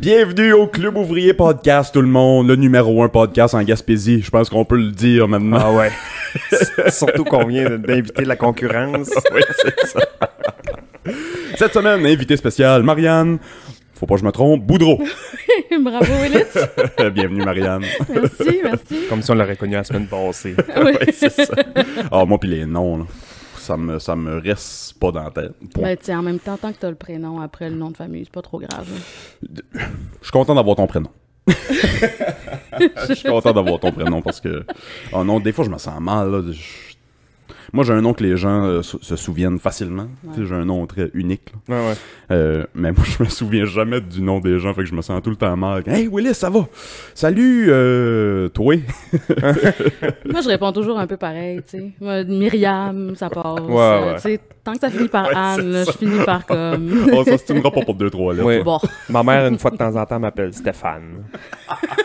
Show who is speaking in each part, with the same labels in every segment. Speaker 1: Bienvenue au Club Ouvrier Podcast, tout le monde. Le numéro un podcast en Gaspésie. Je pense qu'on peut le dire maintenant.
Speaker 2: Ah ouais. Surtout qu'on vient d'inviter la concurrence.
Speaker 1: oui, c'est ça. Cette semaine, invité spécial, Marianne. Faut pas que je me trompe, Boudreau. Euh,
Speaker 3: Bravo, Willis.
Speaker 1: Bienvenue, Marianne.
Speaker 3: Merci, merci.
Speaker 2: Comme si on l'aurait connu la semaine passée.
Speaker 3: Oui.
Speaker 1: Ouais, c'est ça. Ah, moi, pis les noms, là. Ça me, ça me reste pas dans la tête. Point.
Speaker 3: Ben, tu sais, en même temps, tant que t'as le prénom après le nom de famille, c'est pas trop grave. hein.
Speaker 1: Je suis content d'avoir ton prénom. Je suis content d'avoir ton prénom parce que. Oh non, des fois, je me sens mal. là. Je- Moi, j'ai un nom que les gens euh, sou- se souviennent facilement. Tu sais, J'ai un nom très unique. là.
Speaker 2: Ouais, ouais.
Speaker 1: Euh, mais moi, je me souviens jamais du nom des gens, fait que je me sens tout le temps mal. Hey Willis, ça va? Salut, euh, toi?
Speaker 3: Moi, je réponds toujours un peu pareil, tu sais. Moi, Myriam, ça passe.
Speaker 2: Ouais,
Speaker 3: euh,
Speaker 2: ouais.
Speaker 3: Tu sais, tant que ça finit par
Speaker 1: Ouais, c'est
Speaker 3: Anne, là, je finis par comme...
Speaker 1: Oh, ça, c'est une pas pour deux, trois lettres.
Speaker 2: Ouais.
Speaker 3: Bon,
Speaker 2: Ma mère, une fois de temps en temps, m'appelle Stéphane.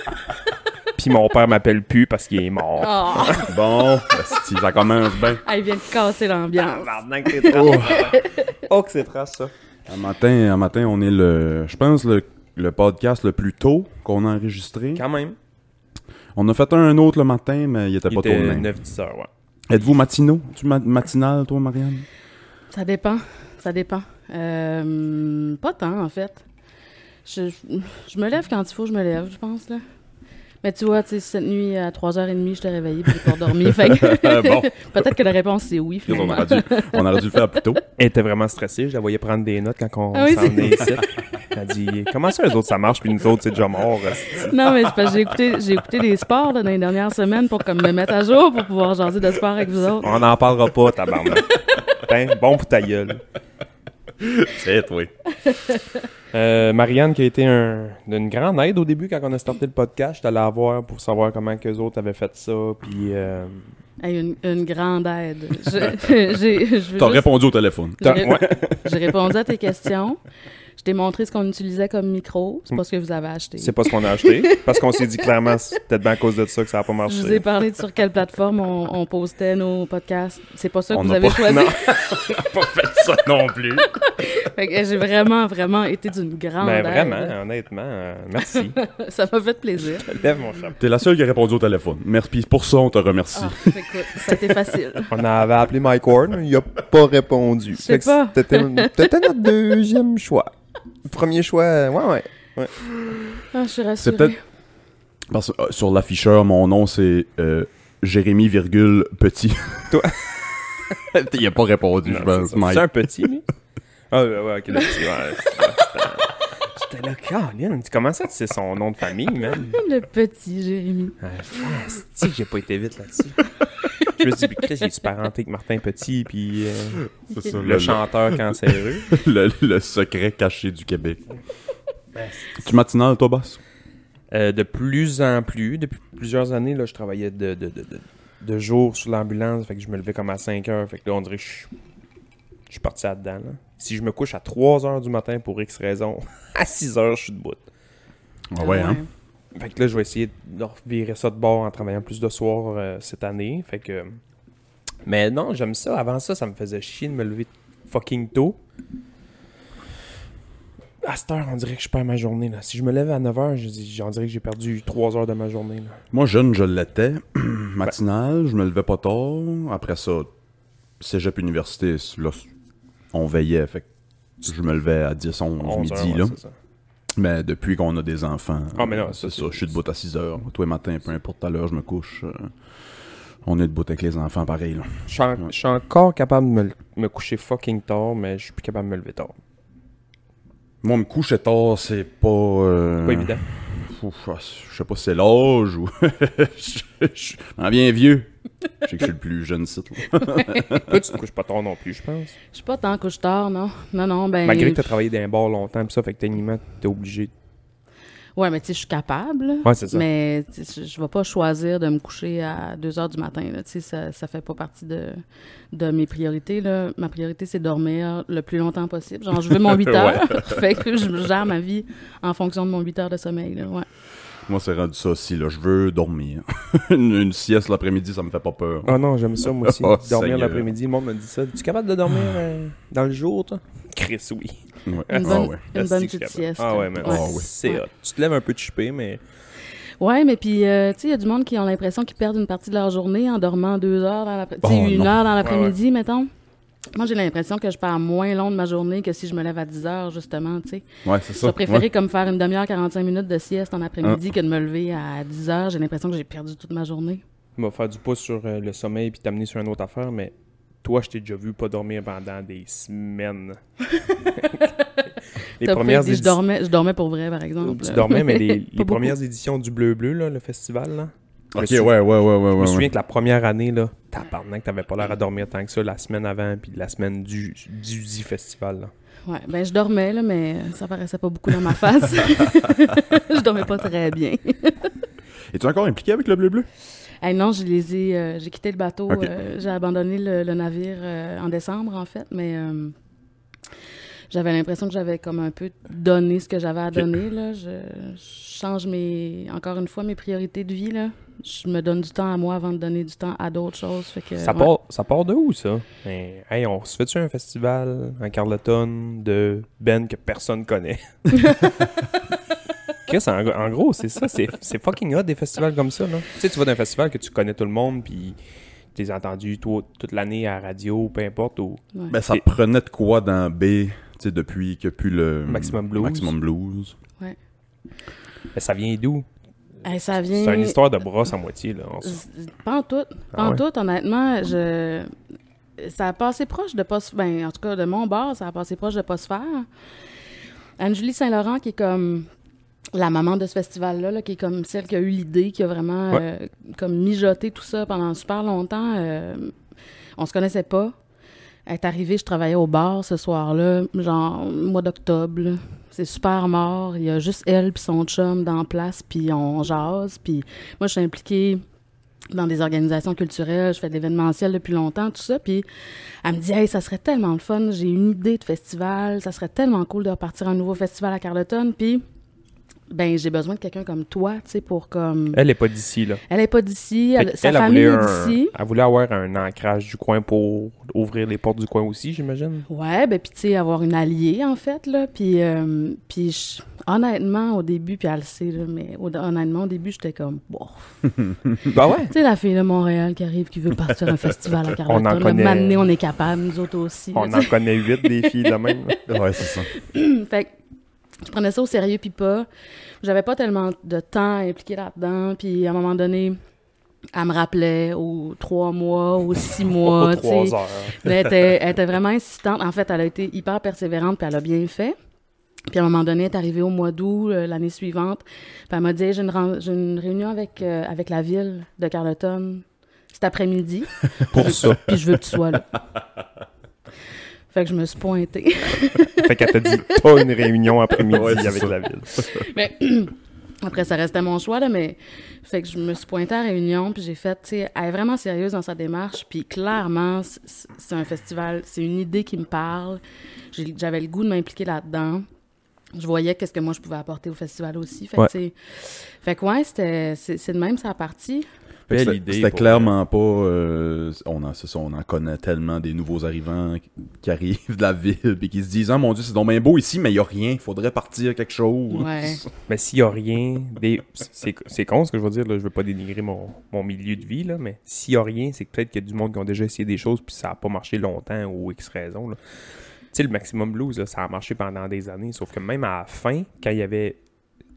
Speaker 2: Puis mon père m'appelle plus parce qu'il est mort.
Speaker 3: oh,
Speaker 1: Bon, si ça commence bien.
Speaker 3: elle vient de casser l'ambiance.
Speaker 2: Tabarnak, c'est trash. Oh, que c'est trash, ça.
Speaker 1: Un matin, un matin, on est le, je pense, le, le podcast le plus tôt qu'on a enregistré.
Speaker 2: Quand même.
Speaker 1: On a fait un autre le matin, mais il était
Speaker 2: Il
Speaker 1: pas
Speaker 2: était
Speaker 1: tourné.
Speaker 2: 9-10 heures, ouais.
Speaker 1: Êtes-vous matinaux? Tu ma- matinal, toi, Marianne?
Speaker 3: Ça dépend, ça dépend. Euh, pas tant, en fait. Je, je me lève quand il faut, je me lève, je pense, là. Mais tu vois, tu sais, cette nuit, à 3h30, je t'ai réveillée puis j'ai pas dormi. fait que-
Speaker 1: Euh, Bon.
Speaker 3: Peut-être que la réponse, c'est oui,
Speaker 1: On
Speaker 3: finalement.
Speaker 1: aurait, dû, on aurait dû le faire plus tôt.
Speaker 2: Elle était vraiment stressée. Je la voyais prendre des notes quand on
Speaker 3: Ah oui,
Speaker 2: s'en
Speaker 3: c'est-
Speaker 2: venait ici. Elle a dit Comment ça, les autres, ça marche, puis nous autres, c'est déjà mort. hostie.
Speaker 3: Non, mais c'est parce que j'ai écouté, j'ai écouté des sports là, dans les dernières semaines pour comme me mettre à jour pour pouvoir jaser de sport avec vous autres.
Speaker 2: On n'en parlera pas, tabarnak. Putain, bon pour ta gueule.
Speaker 1: C'est, oui.
Speaker 2: Euh, Marianne, qui a été un- d'une grande aide au début quand on a starté le podcast, j'étais allé la voir pour savoir comment que les autres avaient fait ça. Puis euh,
Speaker 3: Hey, une, une grande aide. Je- j'ai- je veux
Speaker 1: T'as
Speaker 3: juste-
Speaker 1: répondu au téléphone.
Speaker 3: J'ai
Speaker 2: T'as-
Speaker 3: ré-
Speaker 2: ouais.
Speaker 3: j'ai répondu à tes questions. Je t'ai montré ce qu'on utilisait comme micro. C'est pas ce que vous avez acheté.
Speaker 2: c'est pas ce qu'on a acheté parce qu'on s'est dit clairement c'est peut-être bien à cause de ça que ça n'a pas
Speaker 3: Je vous ai
Speaker 2: marché.
Speaker 3: parlé de sur quelle plateforme on, on postait nos podcasts. C'est pas ça que
Speaker 1: On
Speaker 3: vous
Speaker 1: n'a
Speaker 3: avez
Speaker 1: pas-
Speaker 3: choisi.
Speaker 2: Non.
Speaker 1: pas fait ça non plus.
Speaker 3: Fait que j'ai vraiment, vraiment été d'une grande
Speaker 2: Mais
Speaker 3: aide.
Speaker 2: Ben, vraiment, honnêtement, euh, merci.
Speaker 3: Ça m'a fait plaisir.
Speaker 2: Je lève mon chapeau.
Speaker 1: T'es la seule qui a répondu au téléphone. Merci. Pour ça, on te remercie.
Speaker 3: Ah, écoute, ça a été facile.
Speaker 2: On avait appelé Mike Ward, il a pas répondu.
Speaker 3: sais
Speaker 2: Fait que
Speaker 3: pas.
Speaker 2: C'était c'était notre deuxième choix. Premier choix, ouais, ouais.
Speaker 3: Ah, je suis rassurée.
Speaker 1: C'est peut-être. Parce que euh, sur l'afficheur, mon nom, c'est euh, Jérémy, virgule, petit.
Speaker 2: Toi.
Speaker 1: Il a pas répondu, je
Speaker 2: Non,
Speaker 1: pense,
Speaker 2: c'est ça.
Speaker 1: Mike.
Speaker 2: C'est un petit, lui? Ah, ouais, ouais, ok, le petit, ouais. J'étais là, Caroline, comment ça, tu sais son nom de famille, man?
Speaker 3: Le petit Jérémy.
Speaker 2: Ah, asti que j'ai pas été vite là-dessus. Je me suis dit, Chris, il est parenté avec Martin Petit, puis euh,
Speaker 1: C'est ça,
Speaker 2: le,
Speaker 1: le,
Speaker 2: chanteur cancéreux.
Speaker 1: le- le secret caché du Québec. tu matinales, toi, boss?
Speaker 2: Euh, de plus en plus, depuis plusieurs années, là, je travaillais de, de, de, de, de jour sur l'ambulance, fait que je me levais comme à 5 heures, fait que là, on dirait que je suis- je suis parti là-dedans. là. Si je me couche à 3 heures du matin pour X raison, à 6 heures, je suis debout.
Speaker 1: Ah ouais, hein?
Speaker 2: Fait que là, je vais essayer de revirer ça de bord en travaillant plus de soir euh, cette année. Fait que. Mais non, j'aime ça. Avant ça, ça me faisait chier de me lever fucking tôt. À cette heure, on dirait que je perds ma journée. Là. Si je me lève à 9h, je dis, on dirait que j'ai perdu 3 heures de ma journée. Là.
Speaker 1: Moi, jeune, je l'étais. Matinal, je me levais pas tard. Après ça, cégep université, là, on veillait. Fait que je me levais à 10, 11,
Speaker 2: 11 heures,
Speaker 1: midi,
Speaker 2: ouais,
Speaker 1: là.
Speaker 2: c'est ça.
Speaker 1: Mais depuis qu'on a des enfants,
Speaker 2: Ah, mais non,
Speaker 1: c'est
Speaker 2: ça,
Speaker 1: ça,
Speaker 2: c'est-
Speaker 1: je suis debout à 6 heures. Tous les matins, peu importe à l'heure, je me couche. euh, on est debout avec les enfants, pareil. Là.
Speaker 2: Je suis en- je suis encore capable de me, me coucher fucking tard, mais je suis plus capable de me lever tard.
Speaker 1: Moi, me coucher tard, c'est pas... euh,
Speaker 2: Pas évident.
Speaker 1: ouf, ah, je sais pas si c'est l'âge ou... Je je- je m'en viens vieux. Je sais que je suis le plus jeune site. là.
Speaker 2: Toi, tu te couches pas tard non plus, je pense.
Speaker 3: Je suis pas tant couche-tard, non. Non, non, ben...
Speaker 2: Malgré que t'as travaillé dans un bar longtemps, pis ça, fait que techniquement, t'es obligé.
Speaker 3: Ouais, mais tu sais, je suis capable. là.
Speaker 2: Ouais, c'est ça.
Speaker 3: Mais tu sais, je je vais pas choisir de me coucher à 2 heures du matin. Là. Tu sais, Ça, ça fait pas partie de, de mes priorités. Là. Ma priorité, c'est dormir le plus longtemps possible. Genre, je veux mon 8 heures. fait que je gère ma vie en fonction de mon 8 heures de sommeil. Là. Ouais.
Speaker 1: Moi, c'est rendu ça aussi, là. Je veux dormir. une, une sieste l'après-midi, ça me fait pas peur.
Speaker 2: Ah non, j'aime ça, moi aussi.
Speaker 1: Oh,
Speaker 2: dormir
Speaker 1: Seigneur.
Speaker 2: l'après-midi, le monde me dit ça. Tu es capable de dormir euh, dans le jour, toi? Chris, oui.
Speaker 1: Ouais.
Speaker 3: Une
Speaker 1: Ah
Speaker 3: bonne,
Speaker 1: ouais.
Speaker 3: une
Speaker 2: Esti que
Speaker 3: bonne petite
Speaker 2: je suis capable.
Speaker 3: sieste.
Speaker 2: Ah ouais, mais
Speaker 1: Ouais.
Speaker 2: oh, oui. c'est
Speaker 3: Ouais.
Speaker 2: hot. Tu te lèves un peu chipé, mais
Speaker 3: Ouais, mais puis, euh, tu sais, il y a du monde qui ont l'impression qu'ils perdent une partie de leur journée en dormant deux heures dans l'après-midi,
Speaker 1: Oh,
Speaker 3: une
Speaker 1: non.
Speaker 3: heure dans l'après-midi, mettons. Moi, j'ai l'impression que je perds moins long de ma journée que si je me lève à 10 heures, justement, tu sais.
Speaker 1: Ouais, c'est
Speaker 3: Je
Speaker 1: ça.
Speaker 3: vais préférer
Speaker 1: Ouais.
Speaker 3: comme faire une demi-heure, 45 minutes de sieste en après-midi
Speaker 2: Ah.
Speaker 3: que de me lever à 10 heures. J'ai l'impression que j'ai perdu toute ma journée.
Speaker 2: tu m'as faire du pouce sur euh, le sommeil puis t'amener sur une autre affaire, mais toi, je t'ai déjà vu pas dormir pendant des semaines. les
Speaker 3: T'as
Speaker 2: premières
Speaker 3: pas dit, je
Speaker 2: éditions.
Speaker 3: dormais, je dormais pour vrai, par exemple.
Speaker 2: Tu dormais, mais les, les
Speaker 3: beaucoup.
Speaker 2: premières éditions du Bleu Bleu, là, le festival, là. Je me
Speaker 1: Ok,
Speaker 2: suis-
Speaker 1: ouais, ouais, ouais, ouais.
Speaker 2: Je me
Speaker 1: ouais,
Speaker 2: souviens
Speaker 1: ouais.
Speaker 2: que la première année, là, tabarnak, t'avais pas l'air à dormir tant que ça la semaine avant, puis la semaine du, du, du festival, là.
Speaker 3: Ouais, ben je dormais, là, mais ça paraissait pas beaucoup dans ma face. je dormais pas très bien.
Speaker 1: Es-tu encore impliqué avec le bleu-bleu?
Speaker 3: Hey, non, je les ai, euh, j'ai quitté le bateau,
Speaker 1: Ok.
Speaker 3: euh, j'ai abandonné le, le navire euh, en décembre, en fait, mais euh, j'avais l'impression que j'avais comme un peu donné ce que j'avais à donner. Là. Je, je change mes, encore une fois mes priorités de vie. Là. Je me donne du temps à moi avant de donner du temps à d'autres choses. Fait que,
Speaker 2: Ça,
Speaker 3: ouais.
Speaker 2: part, ça part de où, ça? Mais, hey, on se fait-tu un festival en Carleton de Ben que personne connaît? Chris, en, en gros, c'est ça. C'est c'est fucking hot, des festivals comme ça, là. Tu sais, tu vas d'un festival que tu connais tout le monde, puis t'es entendu toi, toute l'année à la radio, peu importe, ou
Speaker 3: Ouais.
Speaker 1: Ben, ça
Speaker 2: Et-
Speaker 1: prenait de quoi dans B, tu sais, depuis que plus le...
Speaker 2: Maximum Blues.
Speaker 1: Maximum Blues.
Speaker 2: Mais ça vient d'où?
Speaker 3: Hey, ça vient...
Speaker 2: C'est une histoire de brosse à moitié, là. On s-
Speaker 3: Z- Pas en tout. Pas
Speaker 2: Ah
Speaker 3: en
Speaker 2: ouais?
Speaker 3: tout, honnêtement. Je... Ça a passé proche de pas se... Ben, en tout cas, de mon bord, ça a passé proche de pas se faire. Anne-Julie Saint-Laurent, qui est comme la maman de ce festival-là, là, qui est comme celle qui a eu l'idée, qui a vraiment
Speaker 2: Ouais.
Speaker 3: euh, comme mijoté tout ça pendant super longtemps, euh, on se connaissait pas. Elle est arrivée, je travaillais au bar ce soir-là, genre au mois d'octobre. là. C'est super mort. Il y a juste elle puis son chum dans la place, puis on jase. Puis moi, je suis impliquée dans des organisations culturelles, je fais de l'événementiel depuis longtemps, tout ça. Puis elle me dit, hey, ça serait tellement le fun, j'ai une idée de festival, ça serait tellement cool de repartir un nouveau festival à Carleton. Puis, ben, j'ai besoin de quelqu'un comme toi, tu sais, pour comme.
Speaker 2: Elle est pas d'ici, là.
Speaker 3: Elle est pas d'ici, elle-
Speaker 2: Fait
Speaker 3: sa
Speaker 2: qu'elle, elle
Speaker 3: famille
Speaker 2: voulait
Speaker 3: est
Speaker 2: un-
Speaker 3: d'ici.
Speaker 2: Elle voulait avoir un ancrage du coin pour ouvrir les portes du coin aussi, j'imagine.
Speaker 3: Ouais, ben puis tu sais, avoir une alliée en fait, là, puis euh, puis je- honnêtement, au début, puis elle le sait, là, mais au- honnêtement, au début, j'étais comme, bon,
Speaker 2: bah ouais.
Speaker 3: tu sais, la fille de Montréal qui arrive, qui veut partir à un festival à
Speaker 2: en
Speaker 3: Carleton, là,
Speaker 2: connaît.
Speaker 3: maintenant, on est capable, nous autres aussi. là,
Speaker 2: On en connaît huit des filles de même. là.
Speaker 1: Ah Ouais, c'est ça.
Speaker 3: Fait que je prenais ça au sérieux puis pas. J'avais pas tellement de temps impliqué là-dedans. Puis à un moment donné, elle me rappelait aux trois mois, aux six mois.
Speaker 2: Pas
Speaker 3: tu sais.
Speaker 2: trois heures.
Speaker 3: Mais elle était, elle était vraiment insistante. En fait, elle a été hyper persévérante, puis elle a bien fait. Puis à un moment donné, elle est arrivée au mois d'août euh, l'année suivante. Puis elle m'a dit Hey, j'ai une, ren- j'ai une réunion avec, euh, avec la ville de Carleton cet après-midi.
Speaker 2: Pour ça.
Speaker 3: Puis je veux que tu sois là. Fait que je me suis pointée.
Speaker 2: Fait qu'elle t'a dit, t'as une réunion après-midi
Speaker 1: Ouais, c'est
Speaker 2: avec
Speaker 1: ça.
Speaker 2: la ville.
Speaker 3: Mais après, ça restait mon choix, là, mais fait que je me suis pointée à la réunion, puis j'ai fait, tu sais, elle est vraiment sérieuse dans sa démarche, puis clairement, c- c- c'est un festival, c'est une idée qui me parle. J'ai- J'avais le goût de m'impliquer là-dedans. Je voyais qu'est-ce que moi je pouvais apporter au festival aussi. Fait que,
Speaker 2: Ouais.
Speaker 3: tu sais, fait que ouais, c'était- c'est c'est de même, ça a parti.
Speaker 1: Fait que
Speaker 2: Belle
Speaker 1: c'était-
Speaker 2: idée
Speaker 1: C'était
Speaker 2: pour-
Speaker 1: clairement pas. euh, on, en, c'est ça, on en connaît tellement des nouveaux arrivants qui- qui arrivent de la ville et qui se disent Ah mon dieu, c'est donc bien beau ici, mais il y a rien. Faudrait partir quelque chose.
Speaker 3: Ouais.
Speaker 2: Mais s'il y a rien, des... c'est c'est con ce que je veux dire, là, je veux pas dénigrer mon, mon milieu de vie, là, mais s'il y a rien, c'est que peut-être qu'il y a du monde qui ont déjà essayé des choses puis ça a pas marché longtemps ou X raison. là. Tu sais, le Maximum Blues, là, ça a marché pendant des années, sauf que même à la fin, quand il y avait...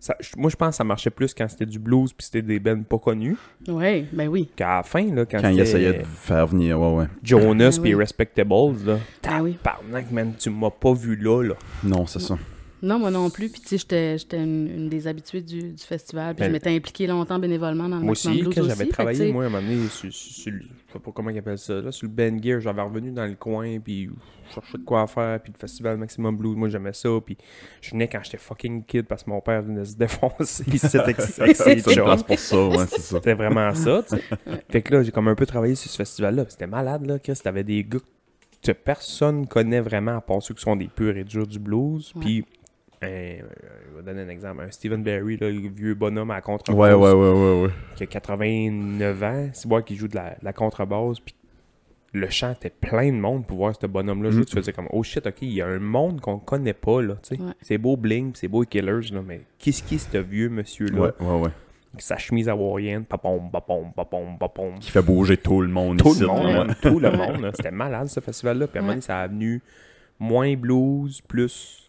Speaker 2: ça- moi, je pense que ça marchait plus quand c'était du blues puis c'était des bands pas connus
Speaker 3: Ouais, ben oui.
Speaker 2: qu'à la fin, là, quand,
Speaker 1: Quand ils
Speaker 2: c'était
Speaker 1: essayaient de faire venir. Ouais, ouais.
Speaker 2: Jonas
Speaker 3: Ben
Speaker 2: puis
Speaker 3: oui.
Speaker 2: Respectables, là.
Speaker 3: Ben oui.
Speaker 2: Tabarnak, man, tu m'as pas vu là, là.
Speaker 1: Non, c'est ça.
Speaker 3: Non, moi non plus. Puis, tu sais, j'étais j'étais une, une des habituées du, du festival. Puis,
Speaker 2: Ben,
Speaker 3: je m'étais impliquée longtemps bénévolement dans le
Speaker 2: Moi
Speaker 3: Maximum
Speaker 2: aussi,
Speaker 3: Blues
Speaker 2: quand
Speaker 3: aussi. Fait
Speaker 2: j'avais
Speaker 3: que, tu
Speaker 2: travaillé,
Speaker 3: sais,
Speaker 2: moi, à un moment donné, sur, sur- sur le- je sais pas comment ils appellent ça, là, sur le Ben Gear, j'avais revenu dans le coin, puis je cherchais de quoi faire, puis le festival Maximum Blues, moi j'aimais ça, puis je venais quand j'étais fucking kid parce que mon père venait se défoncer, il s'était excité de
Speaker 1: C'est une
Speaker 2: choses.
Speaker 1: place pour ça, ouais, c'est ça.
Speaker 2: C'était vraiment ça, tu sais. Fait que là, j'ai comme un peu travaillé sur ce festival-là, puis c'était malade, là, Chris, t'avais des gars que personne connaît vraiment, à part ceux qui sont des purs et durs du blues,
Speaker 3: Ouais.
Speaker 2: puis un- je vais donner un exemple, un Stephen Berry, là, le vieux bonhomme à la contrebasse,
Speaker 1: Ouais, ouais, ouais, ouais, ouais.
Speaker 2: qui a 89 ans, c'est moi qui joue de la, de la contrebasse, puis le chant était plein de monde pour voir ce bonhomme-là jouer.
Speaker 1: Mhm.
Speaker 2: Tu faisais comme, oh shit, ok, il y a un monde qu'on connaît pas, là, tu sais.
Speaker 3: Ouais.
Speaker 2: C'est beau Bling, puis c'est beau Killers, là, mais qu'est-ce qui est ce vieux monsieur-là,
Speaker 1: Ouais, ouais, ouais.
Speaker 2: avec sa chemise hawaïenne, papom, papom, papom, papom.
Speaker 1: Qui fait bouger tout le monde
Speaker 2: Tout
Speaker 1: ici,
Speaker 2: le monde,
Speaker 1: là,
Speaker 2: hein,
Speaker 1: ouais.
Speaker 2: tout le monde. là. C'était malade, ce festival-là. Puis à un moment donné, ça a venu moins blues, plus...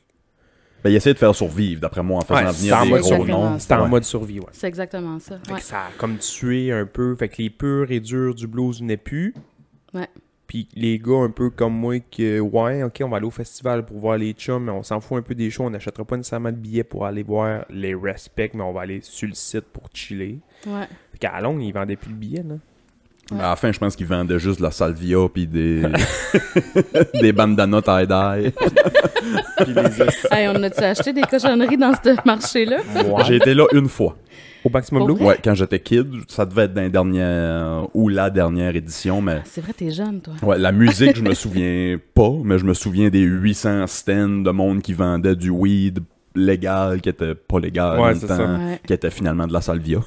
Speaker 1: Ben, il essaie de faire survivre, d'après moi, en faisant
Speaker 2: Ouais,
Speaker 1: venir
Speaker 2: sans
Speaker 1: des
Speaker 2: mode
Speaker 1: gros
Speaker 3: survivance.
Speaker 1: noms.
Speaker 2: C'était en
Speaker 1: Ouais.
Speaker 2: mode survie, ouais.
Speaker 3: C'est exactement ça.
Speaker 2: Fait
Speaker 3: ouais.
Speaker 2: que ça a comme tué un peu. Fait que les purs et durs du blues n'est plus.
Speaker 3: Ouais.
Speaker 2: Puis les gars un peu comme moi que ouais, ok, on va aller au festival pour voir les chums, mais on s'en fout un peu des shows, on n'achètera pas nécessairement de billets pour aller voir les respects, mais on va aller sur le site pour chiller.
Speaker 3: Ouais.
Speaker 2: Fait qu'à la longue, ils vendaient plus de billets, là.
Speaker 1: Mais À la fin, je pense qu'ils vendaient juste de la salvia puis des... des bandanas tie-dye.
Speaker 3: Hey, on a-tu acheté des cochonneries dans ce marché-là?
Speaker 1: J'ai été là une fois.
Speaker 2: Au maximum
Speaker 3: Pour
Speaker 2: blues?
Speaker 1: Ouais, quand j'étais kid, ça devait être dans les dernières- ou la dernière édition, mais
Speaker 3: C'est vrai, t'es jeune, toi.
Speaker 1: ouais, la musique, je me souviens pas, mais je me souviens des 800 stands de monde qui vendait du weed légal, qui était pas légal
Speaker 2: Ouais,
Speaker 1: dans le
Speaker 2: c'est
Speaker 1: temps,
Speaker 2: ça.
Speaker 3: Ouais.
Speaker 1: qui était finalement de la salvia.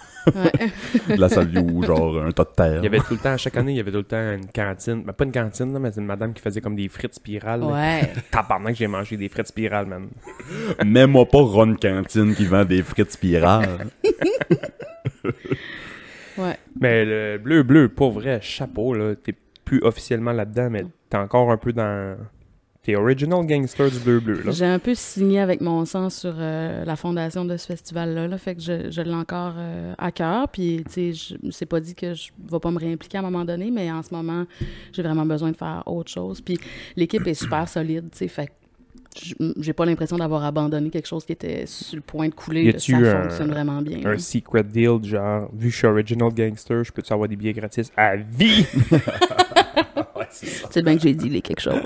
Speaker 1: de la salvia ou genre un tas de terre.
Speaker 2: Il y avait tout le temps, à chaque année, il y avait tout le temps une cantine. Ben, pas une cantine, là, mais c'est une madame qui faisait comme des frites spirales. là.
Speaker 3: Ouais.
Speaker 2: Tabarnak, j'ai mangé des frites spirales, man.
Speaker 1: Même moi pas Ron Cantine qui vend des frites spirales.
Speaker 3: Ouais.
Speaker 2: Mais le bleu, bleu, pour vrai, chapeau, là. T'es plus officiellement là-dedans, mais t'es encore un peu dans. T'es original gangster du bleu, bleu, là.
Speaker 3: J'ai un peu signé avec mon sang sur euh, la fondation de ce festival-là, là, fait que je, je l'ai encore euh, à cœur. Puis, tu sais, je- c'est pas dit que je vais pas me réimpliquer à un moment donné, mais en ce moment, j'ai vraiment besoin de faire autre chose. Puis, l'équipe est super solide, tu sais, fait que j- j'ai pas l'impression d'avoir abandonné quelque chose qui était sur le point de
Speaker 2: Y
Speaker 3: couler. là.
Speaker 2: a-tu
Speaker 3: Ça
Speaker 2: un-
Speaker 3: fonctionne vraiment bien. là.
Speaker 2: Un secret deal, du genre, vu que je suis original gangster, je peux-tu avoir des billets gratis à vie?
Speaker 3: C'est bien que j'ai dit quelque chose.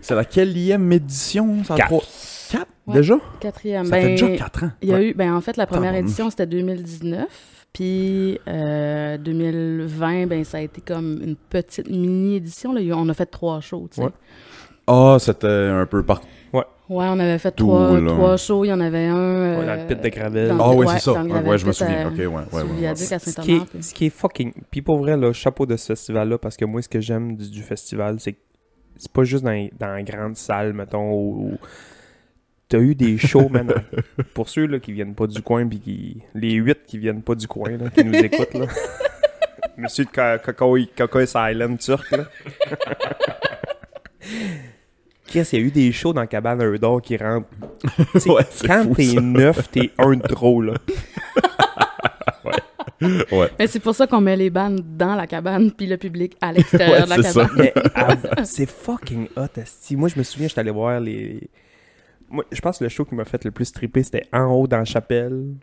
Speaker 1: C'est la quatrième édition? Ça a
Speaker 2: Quatre.
Speaker 1: trois- Quatre,
Speaker 3: Ouais.
Speaker 1: déjà?
Speaker 3: Quatrième.
Speaker 1: Ça
Speaker 3: ben,
Speaker 1: fait déjà quatre ans.
Speaker 3: Il y a eu, ben en fait, la première
Speaker 1: Tabarnouche.
Speaker 3: édition, c'était 2019. Puis euh, 2020, ben ça a été comme une petite mini-édition. là. Il y a- On a fait trois shows, tu sais.
Speaker 2: Ouais.
Speaker 3: Ouais.
Speaker 1: Ah, c'était un peu partout.
Speaker 3: on avait fait
Speaker 1: Tout,
Speaker 3: trois,
Speaker 1: là.
Speaker 3: trois shows. Il y en avait un... euh,
Speaker 2: Ouais, dans le pit de Gravel.
Speaker 3: dans le-
Speaker 1: Ah ouais,
Speaker 3: ouais,
Speaker 1: c'est ça.
Speaker 3: dans le
Speaker 1: Ouais, ouais, je me
Speaker 3: Gravel
Speaker 1: souviens.
Speaker 3: pit,
Speaker 1: Ok,
Speaker 3: euh,
Speaker 1: ouais, ouais,
Speaker 3: sur le
Speaker 1: ouais, ouais.
Speaker 3: viaduc à
Speaker 2: ce, qui
Speaker 3: Saint-Thomas.
Speaker 2: est, ce qui est fucking. Puis pour vrai, là, chapeau de ce festival-là, parce que moi, ce que j'aime du, du festival, c'est que c'est pas juste dans, les- dans les grandes salles, mettons, où, où t'as eu des shows, man. pour ceux là, qui viennent pas du coin, puis qui- les huit qui viennent pas du coin, là, qui nous écoutent, là. Monsieur de Ca- Coco Coco Island turc, là. Qu'est-ce qu'il y a eu des shows dans Cabane à eux d'or qui rentrent. Tu sais,
Speaker 1: Ouais, c'est
Speaker 2: quand
Speaker 1: fou,
Speaker 2: t'es
Speaker 1: ça.
Speaker 2: neuf, t'es un de trop, là.
Speaker 3: Mais c'est pour ça qu'on met les bandes dans la cabane, puis le public à l'extérieur
Speaker 1: Ouais,
Speaker 3: de la
Speaker 1: c'est ça.
Speaker 3: cabane.
Speaker 2: Mais av- c'est fucking hot, esti. Moi, je me souviens, j'étais allé voir les. Moi, je pense que le show qui m'a fait le plus triper, c'était en haut dans la chapelle.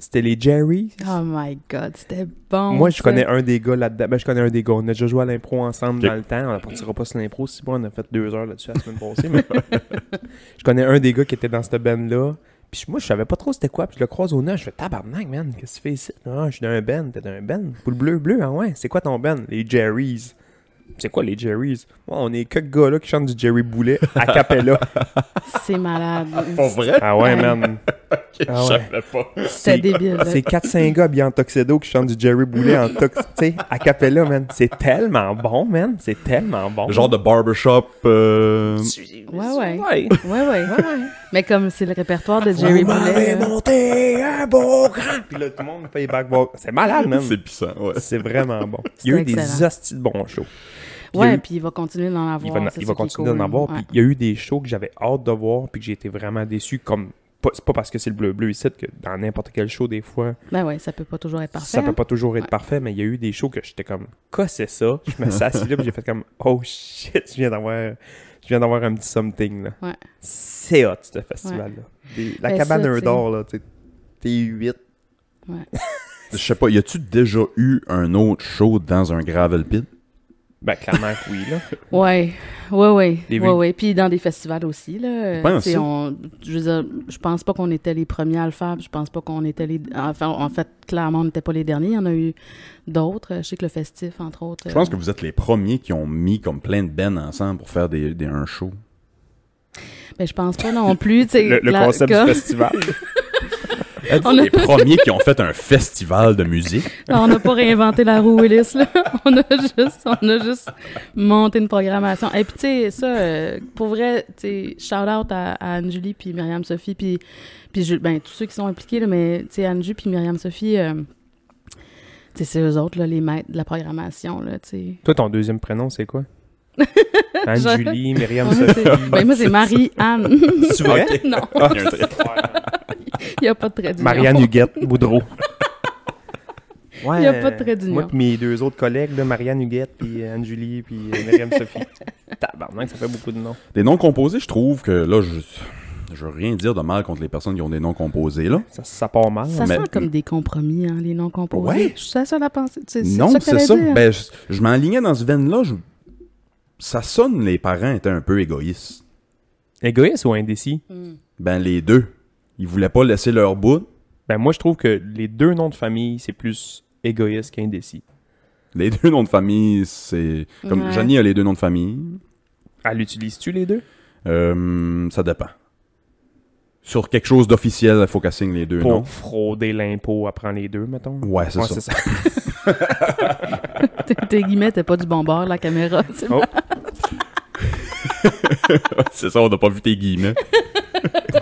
Speaker 2: C'était les Jerry.
Speaker 3: Oh my God, c'était bon.
Speaker 2: Moi, je
Speaker 3: ça.
Speaker 2: connais un des gars là-dedans. Ben, je connais un des gars. On a déjà joué à l'impro ensemble
Speaker 1: Ok.
Speaker 2: dans le temps. On ne partira pas sur l'impro. Si bon, on a fait deux heures là-dessus la semaine passée. Mais... je connais un des gars qui était dans cette band-là. Puis moi, je savais pas trop c'était quoi. Puis je le croise au nez. Je fais tabarnak, man. Qu'est-ce que tu fais ici? Ah, je suis dans un band. T'es dans un band. Pour le bleu, bleu. Ah ouais. C'est quoi ton band? Les Jerry's. C'est quoi les Jerry's? Ouais, on est que gars là qui chantent du Jerry Boulet à Capella.
Speaker 3: C'est malade.
Speaker 1: Pas vrai?
Speaker 2: ah ouais, man. Ah ouais.
Speaker 1: pas.
Speaker 3: C'était débile. là.
Speaker 2: Ah, C'est 4-5 gars bien en tuxedo qui chantent du Jerry Boulet en tux, tu sais, à capella, man. C'est tellement bon, man. C'est tellement bon.
Speaker 1: Genre de barbershop. euh,
Speaker 3: Ouais, ouais.
Speaker 2: Ouais. Ah,
Speaker 3: Ouais, ouais. Mais comme c'est le répertoire de Jerry
Speaker 2: Vous m'avez
Speaker 3: Boulet. hein. là.
Speaker 2: monté un beau grand. Puis là, tout le monde fait les backboards. C'est malade, man.
Speaker 1: C'est puissant, ouais.
Speaker 2: C'est vraiment bon. Il y a eu
Speaker 3: C'était
Speaker 2: des
Speaker 3: excellent.
Speaker 2: hosties de bons shows. Puis il y a
Speaker 3: Ouais,
Speaker 2: eu-
Speaker 3: puis il va continuer d'en avoir.
Speaker 2: il va,
Speaker 3: c'est
Speaker 2: il
Speaker 3: ça
Speaker 2: va
Speaker 3: qui est
Speaker 2: continuer
Speaker 3: cool.
Speaker 2: d'en avoir.
Speaker 3: Ouais.
Speaker 2: Puis il y a eu des shows que j'avais hâte de voir, puis que j'ai été vraiment déçu. Comme pas- c'est pas parce que c'est le bleu bleu ici que dans n'importe quel show des fois,
Speaker 3: Ben ouais, ça peut pas toujours être parfait.
Speaker 2: ça peut
Speaker 3: hein.
Speaker 2: pas toujours être parfait, mais il y a eu des shows que j'étais comme, quoi c'est ça Je me suis assis là, puis j'ai fait comme, oh shit, je viens d'avoir, je viens d'avoir un petit something là.
Speaker 3: Ouais.
Speaker 2: C'est hot ce festival là. La
Speaker 3: Ben,
Speaker 2: cabane
Speaker 3: ça,
Speaker 2: à
Speaker 3: tu
Speaker 2: un
Speaker 3: sais.
Speaker 2: d'or là, tu sais, t'es 8
Speaker 1: Je sais pas, y a-tu déjà eu un autre show dans un gravel pit?
Speaker 2: Ben clairement que oui là.
Speaker 3: Ouais, ouais, ouais.
Speaker 2: Des
Speaker 3: ouais,
Speaker 2: vues.
Speaker 3: ouais. Puis dans des festivals aussi, là.
Speaker 1: pense
Speaker 3: Tu sais,
Speaker 1: ça.
Speaker 3: on- je veux dire, je pense pas qu'on était les premiers à le faire. puis Je pense pas qu'on était les. Enfin, en fait, clairement, on n'était pas les derniers. Il y en a eu d'autres. euh, Je sais que le festif, entre autres.
Speaker 1: Je pense que vous êtes les premiers qui ont mis comme plein de bennes ensemble pour faire des, des- un show.
Speaker 3: euh, Mais je pense pas non plus. tu sais,
Speaker 2: Le, le
Speaker 3: la-
Speaker 2: concept
Speaker 3: comme-
Speaker 2: du festival.
Speaker 1: Êtes-vous
Speaker 3: On a-
Speaker 1: les premiers qui ont fait un festival de musique?
Speaker 3: Non, on n'a pas réinventé la roue Willis, là. On a juste, on a juste monté une programmation. Et puis, tu sais, ça, euh, pour vrai, tu sais, shout-out à, à Anne-Julie puis Myriam-Sophie, puis, puis je- ben, tous ceux qui sont impliqués, là, mais, tu sais, Anne-Julie puis Myriam-Sophie, euh, tu sais, c'est eux autres, là, les maîtres de la programmation, là, tu sais.
Speaker 2: Toi, ton deuxième prénom, c'est quoi? Anne-Julie, Myriam,
Speaker 3: Moi,
Speaker 2: Sophie.
Speaker 3: c'est- ben, moi, c'est Marie-Anne.
Speaker 2: Ah, C'est vrai?
Speaker 3: non,
Speaker 1: Il y a un trait.
Speaker 3: il n'y a pas de trait d'union.
Speaker 2: Marianne Huguette Boudreau. Ouais,
Speaker 3: Il y a pas de trait d'union.
Speaker 2: Moi puis mes deux autres collègues, là, Marianne Huguette, puis euh, Anne-Julie, puis euh, Myriam Sophie. Tabarnak, ça fait beaucoup de noms.
Speaker 1: Des noms composés, je trouve que là, je, je veux rien dire de mal contre les personnes qui ont des noms composés, là.
Speaker 2: Ça, ça part mal.
Speaker 3: Ça
Speaker 1: Mais-
Speaker 3: sent comme des compromis, hein, les noms composés.
Speaker 1: Ouais.
Speaker 3: Je suis la seule à penser. tu sais, C'est
Speaker 1: Non,
Speaker 3: ça que
Speaker 1: c'est
Speaker 3: t'allais
Speaker 1: ça.
Speaker 3: dire.
Speaker 1: Ben, je, je m'enlignais dans ce veine-là. je- Ça sonne les parents étaient un peu égoïstes.
Speaker 2: Égoïste ou indécis?
Speaker 1: Ben, les deux. Ils voulaient pas laisser leur bout.
Speaker 2: Ben moi, je trouve que les deux noms de famille, c'est plus égoïste qu'indécis.
Speaker 1: Les deux noms de famille, c'est. Comme
Speaker 3: Ouais.
Speaker 1: Johnny a les deux noms de famille.
Speaker 2: Elle l'utilises-tu, les deux?
Speaker 1: Euh, ça dépend. Sur quelque chose d'officiel, il faut qu'elle signe les deux
Speaker 2: Pour
Speaker 1: noms.
Speaker 2: frauder l'impôt, elle prend les deux, mettons.
Speaker 1: Euh, Ouais, c'est
Speaker 2: Ouais,
Speaker 1: ça.
Speaker 2: c'est ça.
Speaker 3: Tes- Tes guillemets, t'es pas du bon bord, la caméra. tu sais.
Speaker 2: Oh.
Speaker 1: c'est ça, on n'a pas vu tes guillemets.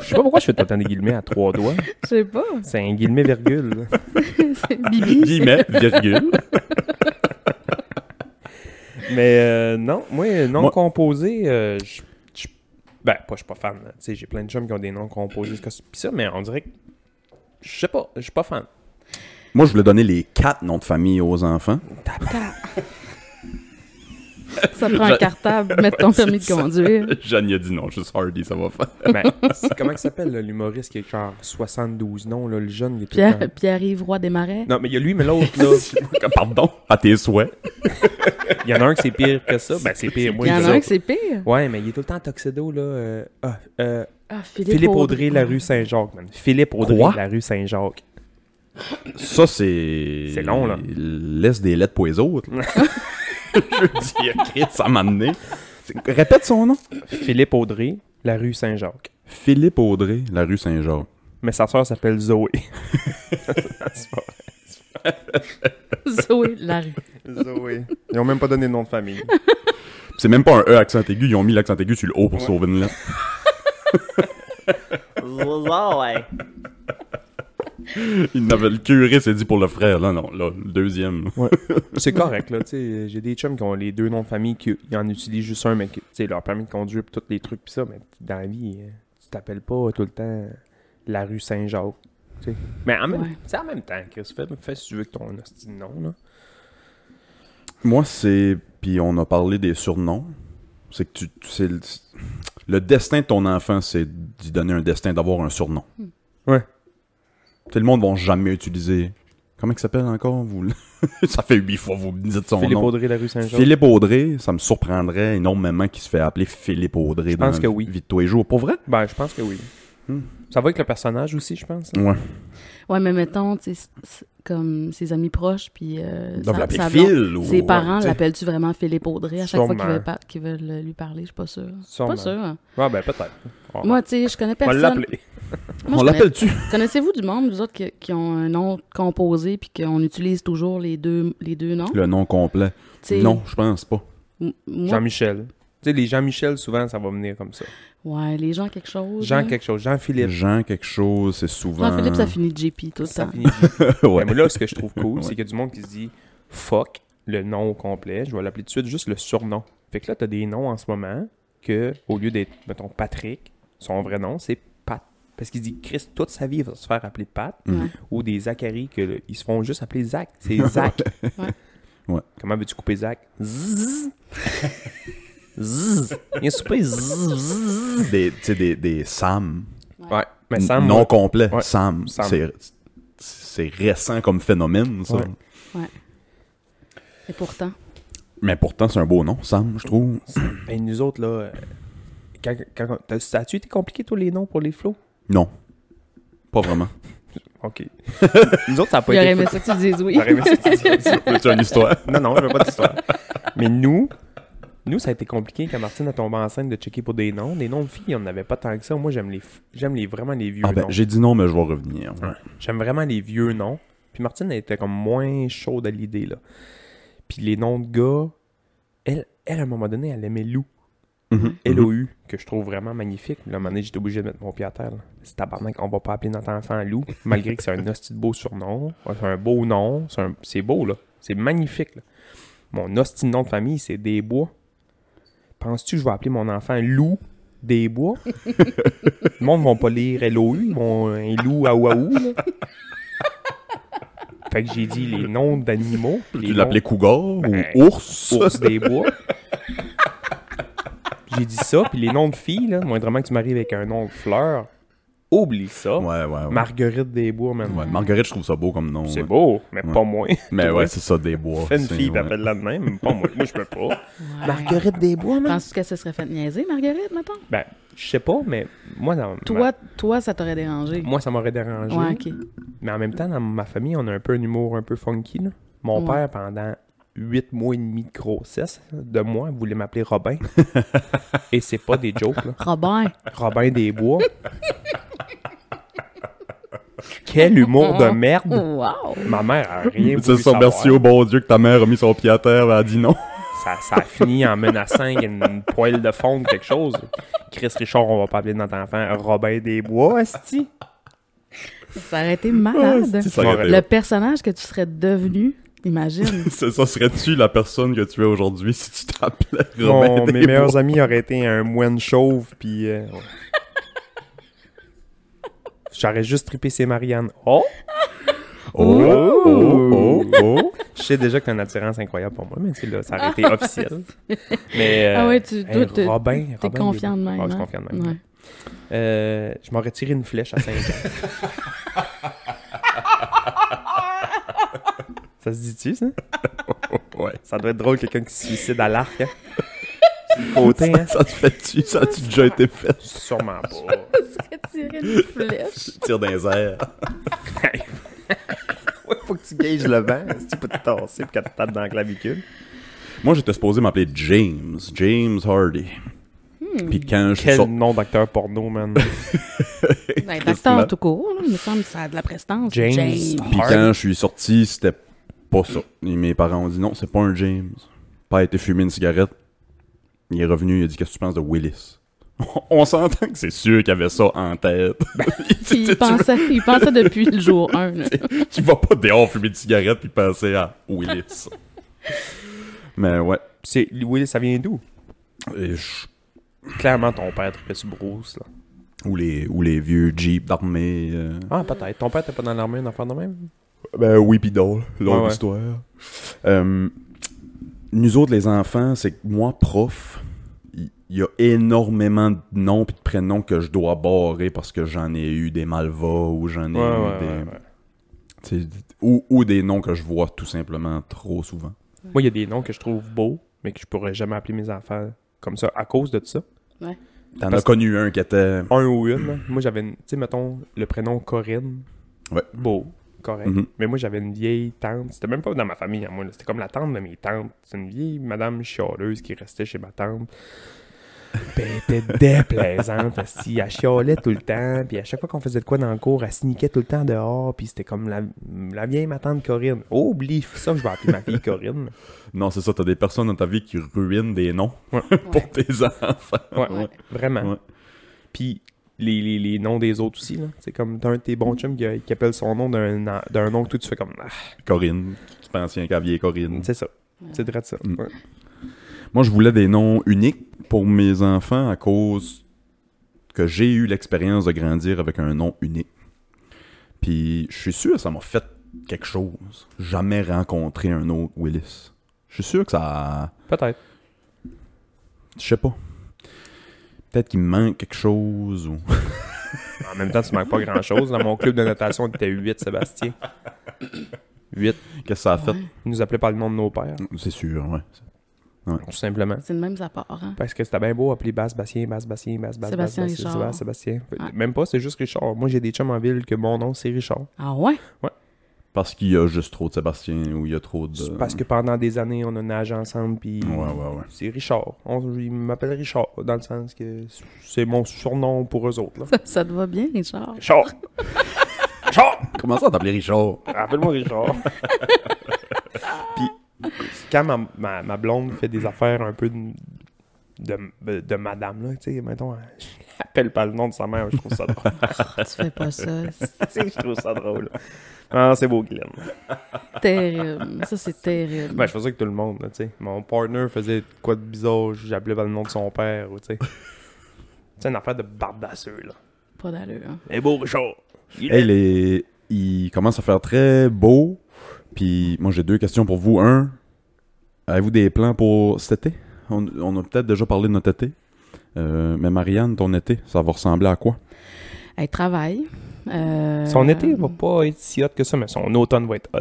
Speaker 2: Je sais pas pourquoi je fais tout le temps des guillemets à trois doigts.
Speaker 3: Je sais pas.
Speaker 2: C'est un guillemet virgule.
Speaker 3: C'est Bibi.
Speaker 1: guillemets, virgule.
Speaker 2: Mais euh, non, moi, non
Speaker 1: Moi-
Speaker 2: composé, euh, je, je- ben, pas, je suis pas fan. là. Tu sais, j'ai plein de chums qui ont des noms composés, jusqu'à ce- pis ça, mais on dirait que, je sais pas, je suis pas fan.
Speaker 1: Moi, je voulais donner les quatre noms de famille aux enfants.
Speaker 3: Ça prend un cartable, mettre ton permis de conduire.
Speaker 1: Jeanne a dit non, juste Hardy, ça va faire.
Speaker 2: Ben, c'est- comment il s'appelle, là, l'humoriste qui est genre 72 noms, là, le jeune, il est tout le
Speaker 3: Pierre,
Speaker 2: temps-
Speaker 3: Pierre-Yves Roy des Marais.
Speaker 2: Non, mais il y a lui, mais l'autre, là,
Speaker 1: Pardon, à tes souhaits.
Speaker 2: il y en a un qui c'est pire que ça. Ben, c'est pire, moi,
Speaker 3: Il y en
Speaker 2: je
Speaker 3: a
Speaker 2: dis-
Speaker 3: un que c'est pire.
Speaker 2: Ouais, mais il est tout le temps toxedo, là. euh, ah, euh,
Speaker 3: Ah, Philippe,
Speaker 2: Philippe Audrey, la rue Saint-Jacques, man. Philippe Audrey,
Speaker 1: Quoi?
Speaker 2: la rue Saint-Jacques.
Speaker 1: Ça, c'est.
Speaker 2: C'est long, là.
Speaker 1: Laisse des lettres pour les autres. là. je dis, Christ, ça m'a amené. C'est- Répète son nom.
Speaker 2: Philippe Audrey, la rue Saint-Jacques.
Speaker 1: Philippe Audrey, la rue Saint-Jacques.
Speaker 2: Mais sa sœur s'appelle Zoé.
Speaker 3: Zoé, la rue.
Speaker 2: Zoé. Ils ont même pas donné de nom de famille.
Speaker 1: C'est même pas un E accent aigu, ils ont mis l'accent aigu sur le O pour sauver une lettre. Il n'avait le curé, c'est dit pour le frère. Là, non, là, le deuxième.
Speaker 2: C'est correct, là. tu sais, J'ai des chums qui ont les deux noms de famille, qui ils en utilisent juste un, mais qui- tu sais, leur permis de conduire, pis tous les trucs, pis ça. Mais dans la vie, euh, tu t'appelles pas tout le temps la rue Saint-Jacques. tu sais. Mais en même,
Speaker 3: Ouais.
Speaker 2: c'est en même temps, Chris. Fais, fais si tu veux que ton hostie de nom, là.
Speaker 1: Moi, c'est. Puis on a parlé des surnoms. C'est que tu. tu- c'est le... le destin de ton enfant, c'est d'y donner un destin, d'avoir un surnom.
Speaker 2: Hmm. Ouais.
Speaker 1: Tout le monde va jamais utiliser. Comment il s'appelle encore vous... Ça fait huit fois que vous me dites son
Speaker 2: Philippe
Speaker 1: nom.
Speaker 2: Audrey, la rue Saint-Jacques.
Speaker 1: Philippe Audrey, ça me surprendrait énormément qu'il se fait appeler Philippe Audrey dans
Speaker 2: pense
Speaker 1: la
Speaker 2: que oui.
Speaker 1: vie de tous les jours. Pour vrai?
Speaker 2: Ben, je pense que oui.
Speaker 1: Hmm.
Speaker 2: Ça va avec le personnage aussi, je pense. hein.
Speaker 1: Ouais.
Speaker 3: Ouais, mais mettons, tu sais, c'est- c'est comme ses amis proches, puis euh,
Speaker 1: Donc,
Speaker 3: sa-
Speaker 1: l'appeler
Speaker 3: sa blonde.
Speaker 1: Phil ou.
Speaker 3: Ses parents
Speaker 2: tu sais.
Speaker 3: l'appellent-tu vraiment Philippe Audrey à chaque fois qu'ils
Speaker 2: Sûrement.
Speaker 3: veulent, par- qu'ils veulent lui parler? Je suis pas sûre. Je suis
Speaker 2: Sûrement.
Speaker 3: Pas sûre. hein.
Speaker 2: Ouais, ben, peut-être. On va-
Speaker 3: Moi, tu sais, je connais
Speaker 2: on va
Speaker 3: personne.
Speaker 2: l'appeler.
Speaker 3: Moi,
Speaker 1: on
Speaker 3: je connais-
Speaker 1: l'appelle-tu?
Speaker 3: Connaissez-vous du monde, vous autres, qui, qui ont un nom composé puis qu'on utilise toujours les deux, les deux noms?
Speaker 1: Le nom complet.
Speaker 3: T'sais,
Speaker 1: Non, je pense pas.
Speaker 3: m- moi-
Speaker 2: Jean-Michel. Tu sais, les Jean-Michel, souvent, ça va venir comme ça.
Speaker 3: ouais, les gens quelque chose.
Speaker 2: Jean
Speaker 3: là.
Speaker 2: quelque chose. Jean-Philippe.
Speaker 1: Jean quelque chose, c'est souvent.
Speaker 3: Jean-Philippe, ça finit JP tout le
Speaker 2: Ça
Speaker 3: temps.
Speaker 2: finit
Speaker 1: ouais.
Speaker 2: Mais là, ce que je trouve cool,
Speaker 1: Ouais.
Speaker 2: c'est qu'il y a du monde qui se dit fuck le nom au complet, je vais l'appeler tout de suite juste le surnom. Fait que là, t'as des noms en ce moment que, au lieu d'être, mettons, Patrick, son vrai nom, c'est Pat. Parce qu'il dit Christ, toute sa vie, il va se faire appeler Pat.
Speaker 1: Mhm.
Speaker 3: Ouais.
Speaker 2: Ou des Zachary, que, là, ils se font juste appeler Zach. C'est Zach.
Speaker 1: Ouais.
Speaker 2: Comment veux-tu couper Zach Zzz. Zzz. Il y a un souper. Zzz.
Speaker 1: des, tu sais, des, des Sam.
Speaker 2: Ouais. Mais Ben, Sam,
Speaker 1: non
Speaker 2: moi,
Speaker 1: complet.
Speaker 2: Ouais,
Speaker 1: Sam.
Speaker 2: Sam.
Speaker 1: C'est, c'est récent comme phénomène, ça.
Speaker 2: Ouais.
Speaker 3: Et pourtant,
Speaker 1: Mais pourtant, c'est un beau nom, Sam, je trouve.
Speaker 2: ben, nous autres, là. euh, Quand, quand, t'as- t'as-tu été compliqué, tous les noms pour les flots
Speaker 1: Non. Pas vraiment.
Speaker 2: OK. nous autres, ça n'a pas
Speaker 3: il
Speaker 2: été.
Speaker 3: aurait aimé
Speaker 2: fait-
Speaker 3: ça que tu dises oui.
Speaker 2: J'aurais aimé ça que tu dises ça.
Speaker 1: tu as une histoire?
Speaker 2: Non, non, je veux pas d'histoire. Mais nous, Nous, ça a été compliqué quand Martine a tombé enceinte de checker pour des noms. Des noms de filles, on n'avait pas tant que ça. Moi, j'aime les, f- j'aime les, vraiment les vieux
Speaker 1: Ah ben,
Speaker 2: noms.
Speaker 1: j'ai dit non, mais je vais revenir.
Speaker 2: Ouais. J'aime vraiment les vieux noms. Puis Martine, elle était comme moins chaude à l'idée, là. Puis les noms de gars, elle, elle à un moment donné, elle aimait Lou.
Speaker 1: Mhm.
Speaker 2: LOU, que je trouve vraiment magnifique. Là, à un moment donné, j'étais obligé de mettre mon pied à terre. là. C'est tabarnak, on va pas appeler notre enfant Lou, malgré que c'est un hostie de beau surnom. Ouais, C'est un beau nom. C'est, un- c'est beau, là. C'est magnifique, là. Mon hostie de nom de famille, c'est Desbois. Penses-tu que je vais appeler mon enfant Lou Desbois? Le monde ne va pas lire LOU, ils vont euh, un loup à Waouh, là. Fait que j'ai dit les noms d'animaux. puis les
Speaker 1: Tu l'appelais
Speaker 2: noms-
Speaker 1: cougar
Speaker 2: Ben,
Speaker 1: ou ours?
Speaker 2: ours des bois. J'ai dit ça, puis les noms de filles, là, moindrement que tu m'arrives avec un nom de fleur, oublie ça.
Speaker 1: Ouais, ouais, ouais.
Speaker 2: Marguerite des bois, même.
Speaker 1: Ouais, Marguerite, je trouve ça beau comme nom.
Speaker 2: C'est
Speaker 1: ouais.
Speaker 2: beau, mais
Speaker 1: Ouais.
Speaker 2: pas moi.
Speaker 1: Mais
Speaker 2: Toi,
Speaker 1: ouais, c'est ça, des bois.
Speaker 2: Fais une
Speaker 1: c'est-
Speaker 2: fille,
Speaker 1: ouais.
Speaker 2: t'appelles la de même, mais pas moi. Moi, je peux pas.
Speaker 3: Ouais.
Speaker 2: Marguerite des bois, même.
Speaker 3: Penses-tu qu'elle se serait fait niaiser, Marguerite, maintenant?
Speaker 2: Ben, je sais pas, mais moi, dans-
Speaker 3: Toi, toi, ça t'aurait dérangé.
Speaker 2: ma- moi, ça m'aurait dérangé.
Speaker 3: Ouais, ok.
Speaker 2: Mais en même temps, dans ma famille, on a un peu un humour un peu funky. Là. Mon
Speaker 3: Ouais.
Speaker 2: père, pendant huit mois et demi de grossesse de moi, voulait m'appeler Robin. et c'est pas des jokes, là.
Speaker 3: Robin.
Speaker 2: Robin des Bois. Quel humour de merde!
Speaker 3: Wow!
Speaker 2: Ma mère a rien
Speaker 1: C'est
Speaker 2: voulu
Speaker 1: ça,
Speaker 2: savoir.
Speaker 1: merci au bon Dieu que ta mère a mis son pied à terre, elle a dit non.
Speaker 2: Ça, ça a fini en menaçant qu'il y a une, une poêle de fond ou quelque chose. Chris Richard, on va pas appeler notre enfant Robin des Bois, esti.
Speaker 3: Ça aurait été malade.
Speaker 1: Ça aurait été
Speaker 3: Le personnage que tu serais devenu, imagine.
Speaker 2: Euh,
Speaker 1: C'est ça, serais-tu la personne que tu es aujourd'hui si tu t'appelais Robin
Speaker 2: Mon-
Speaker 1: des
Speaker 2: mes
Speaker 1: Bois?
Speaker 2: meilleurs amis auraient été un moine chauve, puis... euh, ouais. J'aurais juste trippé ces Marianne. Oh!
Speaker 1: Oh, oh, oh, oh.
Speaker 2: Je sais déjà que t'as une attirance incroyable pour moi, mais tu sais, là, ça aurait
Speaker 1: Ah!
Speaker 2: été officiel. Mais, euh,
Speaker 3: Ah ouais, tu-
Speaker 2: hey,
Speaker 3: toi, t'es-
Speaker 2: Robin,
Speaker 3: T'es
Speaker 2: Robin,
Speaker 3: confiant
Speaker 2: il est
Speaker 3: de
Speaker 2: bon.
Speaker 3: même.
Speaker 2: Ah, je suis
Speaker 3: hein?
Speaker 2: confiant de même.
Speaker 3: Ouais.
Speaker 2: Euh, je m'aurais tiré une flèche à 5 ans. ça se dit-tu, ça?
Speaker 1: Ouais.
Speaker 2: Ça doit être drôle, quelqu'un qui se suicide à l'arc, hein? C'est le Côté, hein?
Speaker 1: Ça te fait-tu? Ça a-tu déjà été fait?
Speaker 2: Sûrement pas.
Speaker 3: Tirer une flèche.
Speaker 1: Tu tires dans les airs.
Speaker 2: Ouais, faut que tu gages le vent, si tu peux te tasser pour qu'elle te tape dans la clavicule.
Speaker 1: Moi, j'étais supposé m'appeler James. James Hardy. Puis quand je suis
Speaker 2: Quel
Speaker 1: sorti...
Speaker 2: nom d'acteur porno, man.
Speaker 3: Ben,
Speaker 1: Christement.
Speaker 3: D'acteur tout court, là, il me semble que ça a de la prestance.
Speaker 2: James.
Speaker 1: Puis quand je suis sorti, c'était pas ça. Et mes parents ont dit non, c'est pas un James. Pas été fumer une cigarette. Il est revenu, il a dit qu'est-ce que tu penses de Willis? On s'entend que c'est sûr qu'il avait ça en tête.
Speaker 3: Puis il, pensait, il pensait depuis le jour 1.
Speaker 1: tu vas pas dehors fumer une cigarette puis penser à Willis. Mais ouais,
Speaker 2: C'est, Willis, ça vient d'où?
Speaker 1: Et je-
Speaker 2: Clairement, ton père trippait sur Bruce, là.
Speaker 1: ou les ou les vieux Jeep d'armée. euh.
Speaker 2: Ah, peut-être. Ton père t'es pas dans l'armée, un enfant de même?
Speaker 1: Ben oui, pis d'autres, longue
Speaker 2: Ouais, ouais.
Speaker 1: histoire. Euh, nous autres, les enfants, c'est que moi, prof, il il y, a énormément de noms pis de prénoms que je dois barrer parce que j'en ai eu des malvas ou j'en ai
Speaker 2: Ouais,
Speaker 1: eu
Speaker 2: ouais,
Speaker 1: des...
Speaker 2: ouais, ouais.
Speaker 1: tu sais, Ou, ou des noms que je vois tout simplement trop souvent.
Speaker 2: Moi, il y a des noms que je trouve beaux, mais que je pourrais jamais appeler mes enfants comme ça à cause de ça.
Speaker 1: T'en
Speaker 2: Parce-
Speaker 1: as connu un qui était...
Speaker 2: Un ou une. là. Moi, j'avais, une- tu sais, mettons, le prénom Corinne.
Speaker 1: Ouais.
Speaker 2: Beau, correct.
Speaker 1: Mhm.
Speaker 2: Mais moi, j'avais une vieille tante. C'était même pas dans ma famille, à moi. là. C'était comme la tante de mes tantes. C'est une vieille madame chialeuse qui restait chez ma tante. Puis elle était déplaisante. esti. elle chialait tout le temps. Puis à chaque fois qu'on faisait de quoi dans le cours, elle sniquait tout le temps dehors. Puis c'était comme la, la vieille ma tante Corinne. Oublie ça que je vais appeler ma fille Corinne.
Speaker 1: Non, c'est ça, t'as des personnes dans ta vie qui ruinent des noms
Speaker 2: Ouais.
Speaker 1: pour tes enfants.
Speaker 2: Ouais,
Speaker 3: Ouais.
Speaker 2: vraiment.
Speaker 1: Ouais.
Speaker 2: Puis les, les, les noms des autres aussi, là. C'est comme t'as un de tes bons chums qui, a- qui appelle son nom d'un an- d'un nom que toi, tu fais comme. Ah,
Speaker 1: Corinne, tu penses un cavier Corinne.
Speaker 2: c'est ça. C'est vrai de ça.
Speaker 1: Mm.
Speaker 2: Ouais.
Speaker 1: Moi, je voulais des noms uniques pour mes enfants à cause que j'ai eu l'expérience de grandir avec un nom unique. Puis, je suis sûr que ça m'a fait quelque chose. Jamais rencontré un autre Willis. Je suis sûr que ça...
Speaker 2: Peut-être.
Speaker 1: Je sais pas. Peut-être qu'il me manque quelque chose ou...
Speaker 2: En même temps, tu manques pas grand-chose. Dans mon club de notation, on était 8, Sébastien. 8.
Speaker 1: Qu'est-ce que ça a fait?
Speaker 2: Ils nous appelaient par le nom de nos pères,
Speaker 1: C'est sûr, ouais.
Speaker 2: tout simplement.
Speaker 3: C'est le même ça part. Hein?
Speaker 2: Parce que c'était bien beau appeler Basse, Bastien, Basse, Bastien, Basse, Basse, Basse,
Speaker 3: Sébastien
Speaker 2: Basse,
Speaker 3: Richard.
Speaker 2: Sébastien, Sébastien.
Speaker 3: Ouais.
Speaker 2: Même pas, c'est juste Richard. Moi, j'ai des chums en ville que mon nom, c'est Richard.
Speaker 3: Ah ouais?
Speaker 2: Ouais.
Speaker 1: Parce qu'il y a juste trop de Sébastien ou il y a trop de.
Speaker 2: C'est Parce que pendant des années, on a nagé ensemble, puis
Speaker 1: Euh. Ouais, ouais, ouais.
Speaker 2: c'est Richard. On- il m'appelle Richard, dans le sens que c'est mon surnom pour eux autres. là.
Speaker 3: Ça te va bien, Richard?
Speaker 2: Richard! Richard!
Speaker 1: Comment ça, t'appelais Richard
Speaker 2: Rappelle-moi Richard. Puis, quand ma, ma, ma blonde fait des affaires un peu de, de, de madame, là, tu sais, mettons, elle- je l'appelle pas le nom de sa mère, je trouve ça drôle.
Speaker 3: tu fais pas ça.
Speaker 2: Tu sais, je trouve ça drôle. Ah, c'est beau, Glenn.
Speaker 3: C'est terrible. Ça, c'est terrible.
Speaker 2: Ben, je faisais avec tout le monde, là, tu sais. Mon partner faisait quoi de bizarre, j'appelais par le nom de son père, ou tu sais. C'est une affaire de bardasseux, là.
Speaker 3: Pas d'allure. hein.
Speaker 2: Eh beau, Richard! Il est-
Speaker 1: Hey, les- il commence à faire très beau. Puis moi, j'ai deux questions pour vous. Un, avez-vous des plans pour cet été on, on a peut-être déjà parlé de notre été. Euh, mais Marianne, ton été, ça va ressembler à quoi
Speaker 3: Elle travaille. Euh,
Speaker 2: Son été va pas être si hot que ça, mais son automne va être hot.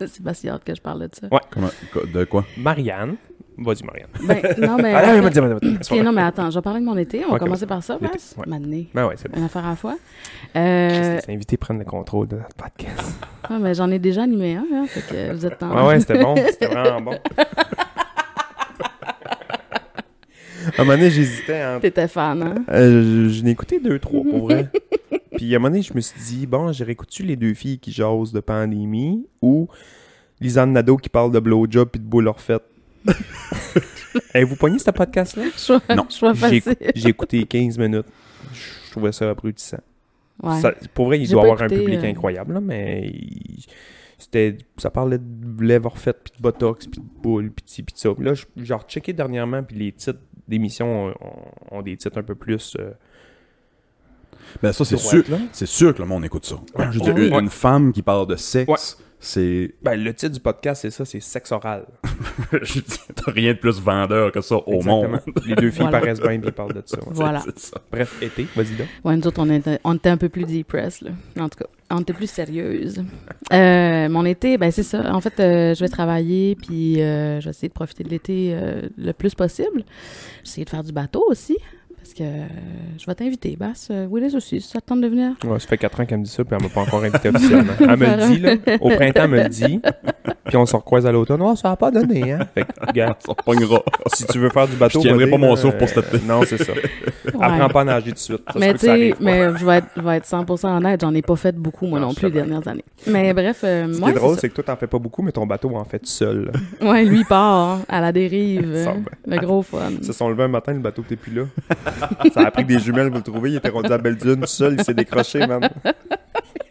Speaker 3: c'est pas si hâte que je parle de ça.
Speaker 1: Comment- co- De quoi
Speaker 2: Marianne, vas-y, Marianne.
Speaker 3: Ben, non, mais.
Speaker 2: Ah, non, vas-y, vas-y, vas-y.
Speaker 3: Ok, non, mais attends, je vais parler de mon été. On va
Speaker 2: Ok,
Speaker 3: commencer par ça,
Speaker 2: L'été,
Speaker 3: Max.
Speaker 2: ouais.
Speaker 3: M'amener.
Speaker 2: Ben ouais, c'est bon.
Speaker 3: Une affaire à la fois. Euh,
Speaker 2: Les invités prennent le contrôle de notre podcast.
Speaker 3: ouais, mais j'en ai déjà animé un, hein, fait que vous êtes en...
Speaker 2: Ouais, ouais, c'était bon. C'était vraiment bon. à un moment donné, j'hésitais. Hein.
Speaker 3: T'étais fan, hein?
Speaker 2: Euh, je je n'ai écouté deux, trois pour vrai. Puis à un moment donné, je me suis dit, bon, j'ai réécouté les deux filles qui jasent de pandémie ou Lisanne Nadeau qui parle de blowjob puis de boule refaite. Avez-vous pogné ce podcast-là?
Speaker 3: Choix,
Speaker 1: Non,
Speaker 3: choix
Speaker 2: J'ai
Speaker 3: facile.
Speaker 2: écou- j'ai écouté 15 minutes. Je trouvais ça abrutissant.
Speaker 3: Ouais.
Speaker 2: Ça- pour vrai, il
Speaker 3: J'ai
Speaker 2: doit
Speaker 3: pas
Speaker 2: avoir un
Speaker 3: écouté,
Speaker 2: public
Speaker 3: euh.
Speaker 2: incroyable, là, mais il- c'était ça parlait de lèvres refaites, puis de botox, puis de boules, puis de ci, puis de ça. Puis là, je- j'ai rechecké dernièrement, puis les titres d'émissions ont, ont- ont des titres un peu plus... euh,
Speaker 1: Ben ça, c'est sûr.
Speaker 2: droites, là.
Speaker 1: C'est sûr que le monde écoute ça. Je veux dire,
Speaker 2: Ouais.
Speaker 1: une, une femme qui parle de sexe,
Speaker 2: Ouais.
Speaker 1: c'est.
Speaker 2: Ben, le titre du podcast, c'est ça, c'est sexe oral.
Speaker 1: Je dis, T'as rien de plus vendeur que ça au monde.
Speaker 2: les deux filles
Speaker 3: Voilà.
Speaker 2: paraissent bien, puis ils parlent de ça. ouais.
Speaker 3: Voilà.
Speaker 1: C'est ça.
Speaker 2: Bref, été, vas-y donc.
Speaker 3: Ouais, nous autres, on était, on était un peu plus depressed, là. En tout cas, on était plus sérieuse. Euh, mon été, ben c'est ça. En fait, euh, je vais travailler, puis euh, je vais essayer de profiter de l'été euh, le plus possible. J'essaie de faire du bateau aussi, parce que euh, je vais t'inviter, Bass. Euh, Willis aussi, si ça te tente de venir.
Speaker 2: Ouais, ça fait 4 ans qu'elle me dit ça, puis elle m'a pas encore invité officiellement. Elle me le dit, là. Au printemps, elle me le dit. Puis on se recroise à l'automne. Oh, ça a pas donné, hein. Fait que, regarde,
Speaker 1: Ça pognera.
Speaker 2: si tu veux faire du bateau,
Speaker 1: Je tiendrai
Speaker 2: vas-y,
Speaker 1: pas mon
Speaker 2: là,
Speaker 1: souffle pour
Speaker 2: euh, Non, c'est ça. Apprends pas à nager tout de suite. Ça se
Speaker 3: mais
Speaker 2: peut que ça
Speaker 3: tu sais,
Speaker 2: arrive, quoi.
Speaker 3: mais je vais être, je vais être 100% honnête, j'en ai pas fait beaucoup moi
Speaker 2: Non,
Speaker 3: non,
Speaker 2: je
Speaker 3: plus les
Speaker 2: savais.
Speaker 3: dernières années. Mais bref, euh,
Speaker 2: Ce qui
Speaker 3: moi,
Speaker 2: est drôle,
Speaker 3: c'est
Speaker 2: c'est que toi, t'en fais pas beaucoup, mais ton bateau en fait tout seul. là.
Speaker 3: ça. ouais, lui il part hein, à la dérive,
Speaker 2: Ça
Speaker 3: hein. le gros fun.
Speaker 2: Ils se sont levés un matin, le bateau t'es plus là. ça a pris que des jumelles pour le trouver. Il était rendu à Belle Dune tout seul, il s'est décroché, man.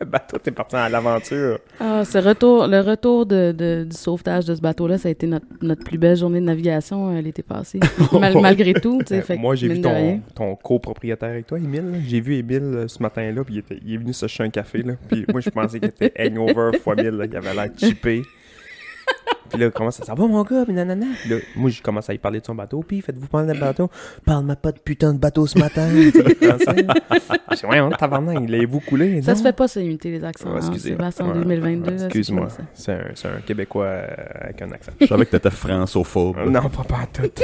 Speaker 2: le bateau, t'es parti à l'aventure.
Speaker 3: Ah, ce retour, le retour de, de- du sauvetage de ce bateau-là, ça a été notre, notre plus belle journée de navigation euh, l'été passé, Mal- malgré tout. tu sais,
Speaker 2: Euh,
Speaker 3: fait que
Speaker 2: Oh, Moi, j'ai
Speaker 3: mine
Speaker 2: vu
Speaker 3: de rien.
Speaker 2: ton, ton copropriétaire avec toi, Émile. là. J'ai vu Émile euh, ce matin-là, puis il, était- il est venu se chercher un café. Là, puis moi, je pensais qu'il était hangover fois mille. là, il avait l'air chippé. Puis là, comment ça, ça va, mon gars? Puis nanana. Puis là, moi, je commence à lui parler de son bateau. Puis faites-vous parler de bateau. Parle-moi pas de putain de bateau ce matin. tu sais, le français. Je dis, ouais, on tabarnak, il l'avez-vous coulé?
Speaker 3: Ça
Speaker 2: Non.
Speaker 3: se fait pas, ça, imiter les accents.
Speaker 2: Ouais,
Speaker 3: hein,
Speaker 2: excusez.
Speaker 3: Sébastien, en
Speaker 2: Ouais,
Speaker 3: 2022.
Speaker 2: ouais,
Speaker 3: là, c'est
Speaker 2: Excuse-moi.
Speaker 3: pas ça.
Speaker 2: C'est un, c'est un Québécois euh, avec un accent.
Speaker 1: Je savais que t'étais françophobe.
Speaker 2: non, pas pas en tout.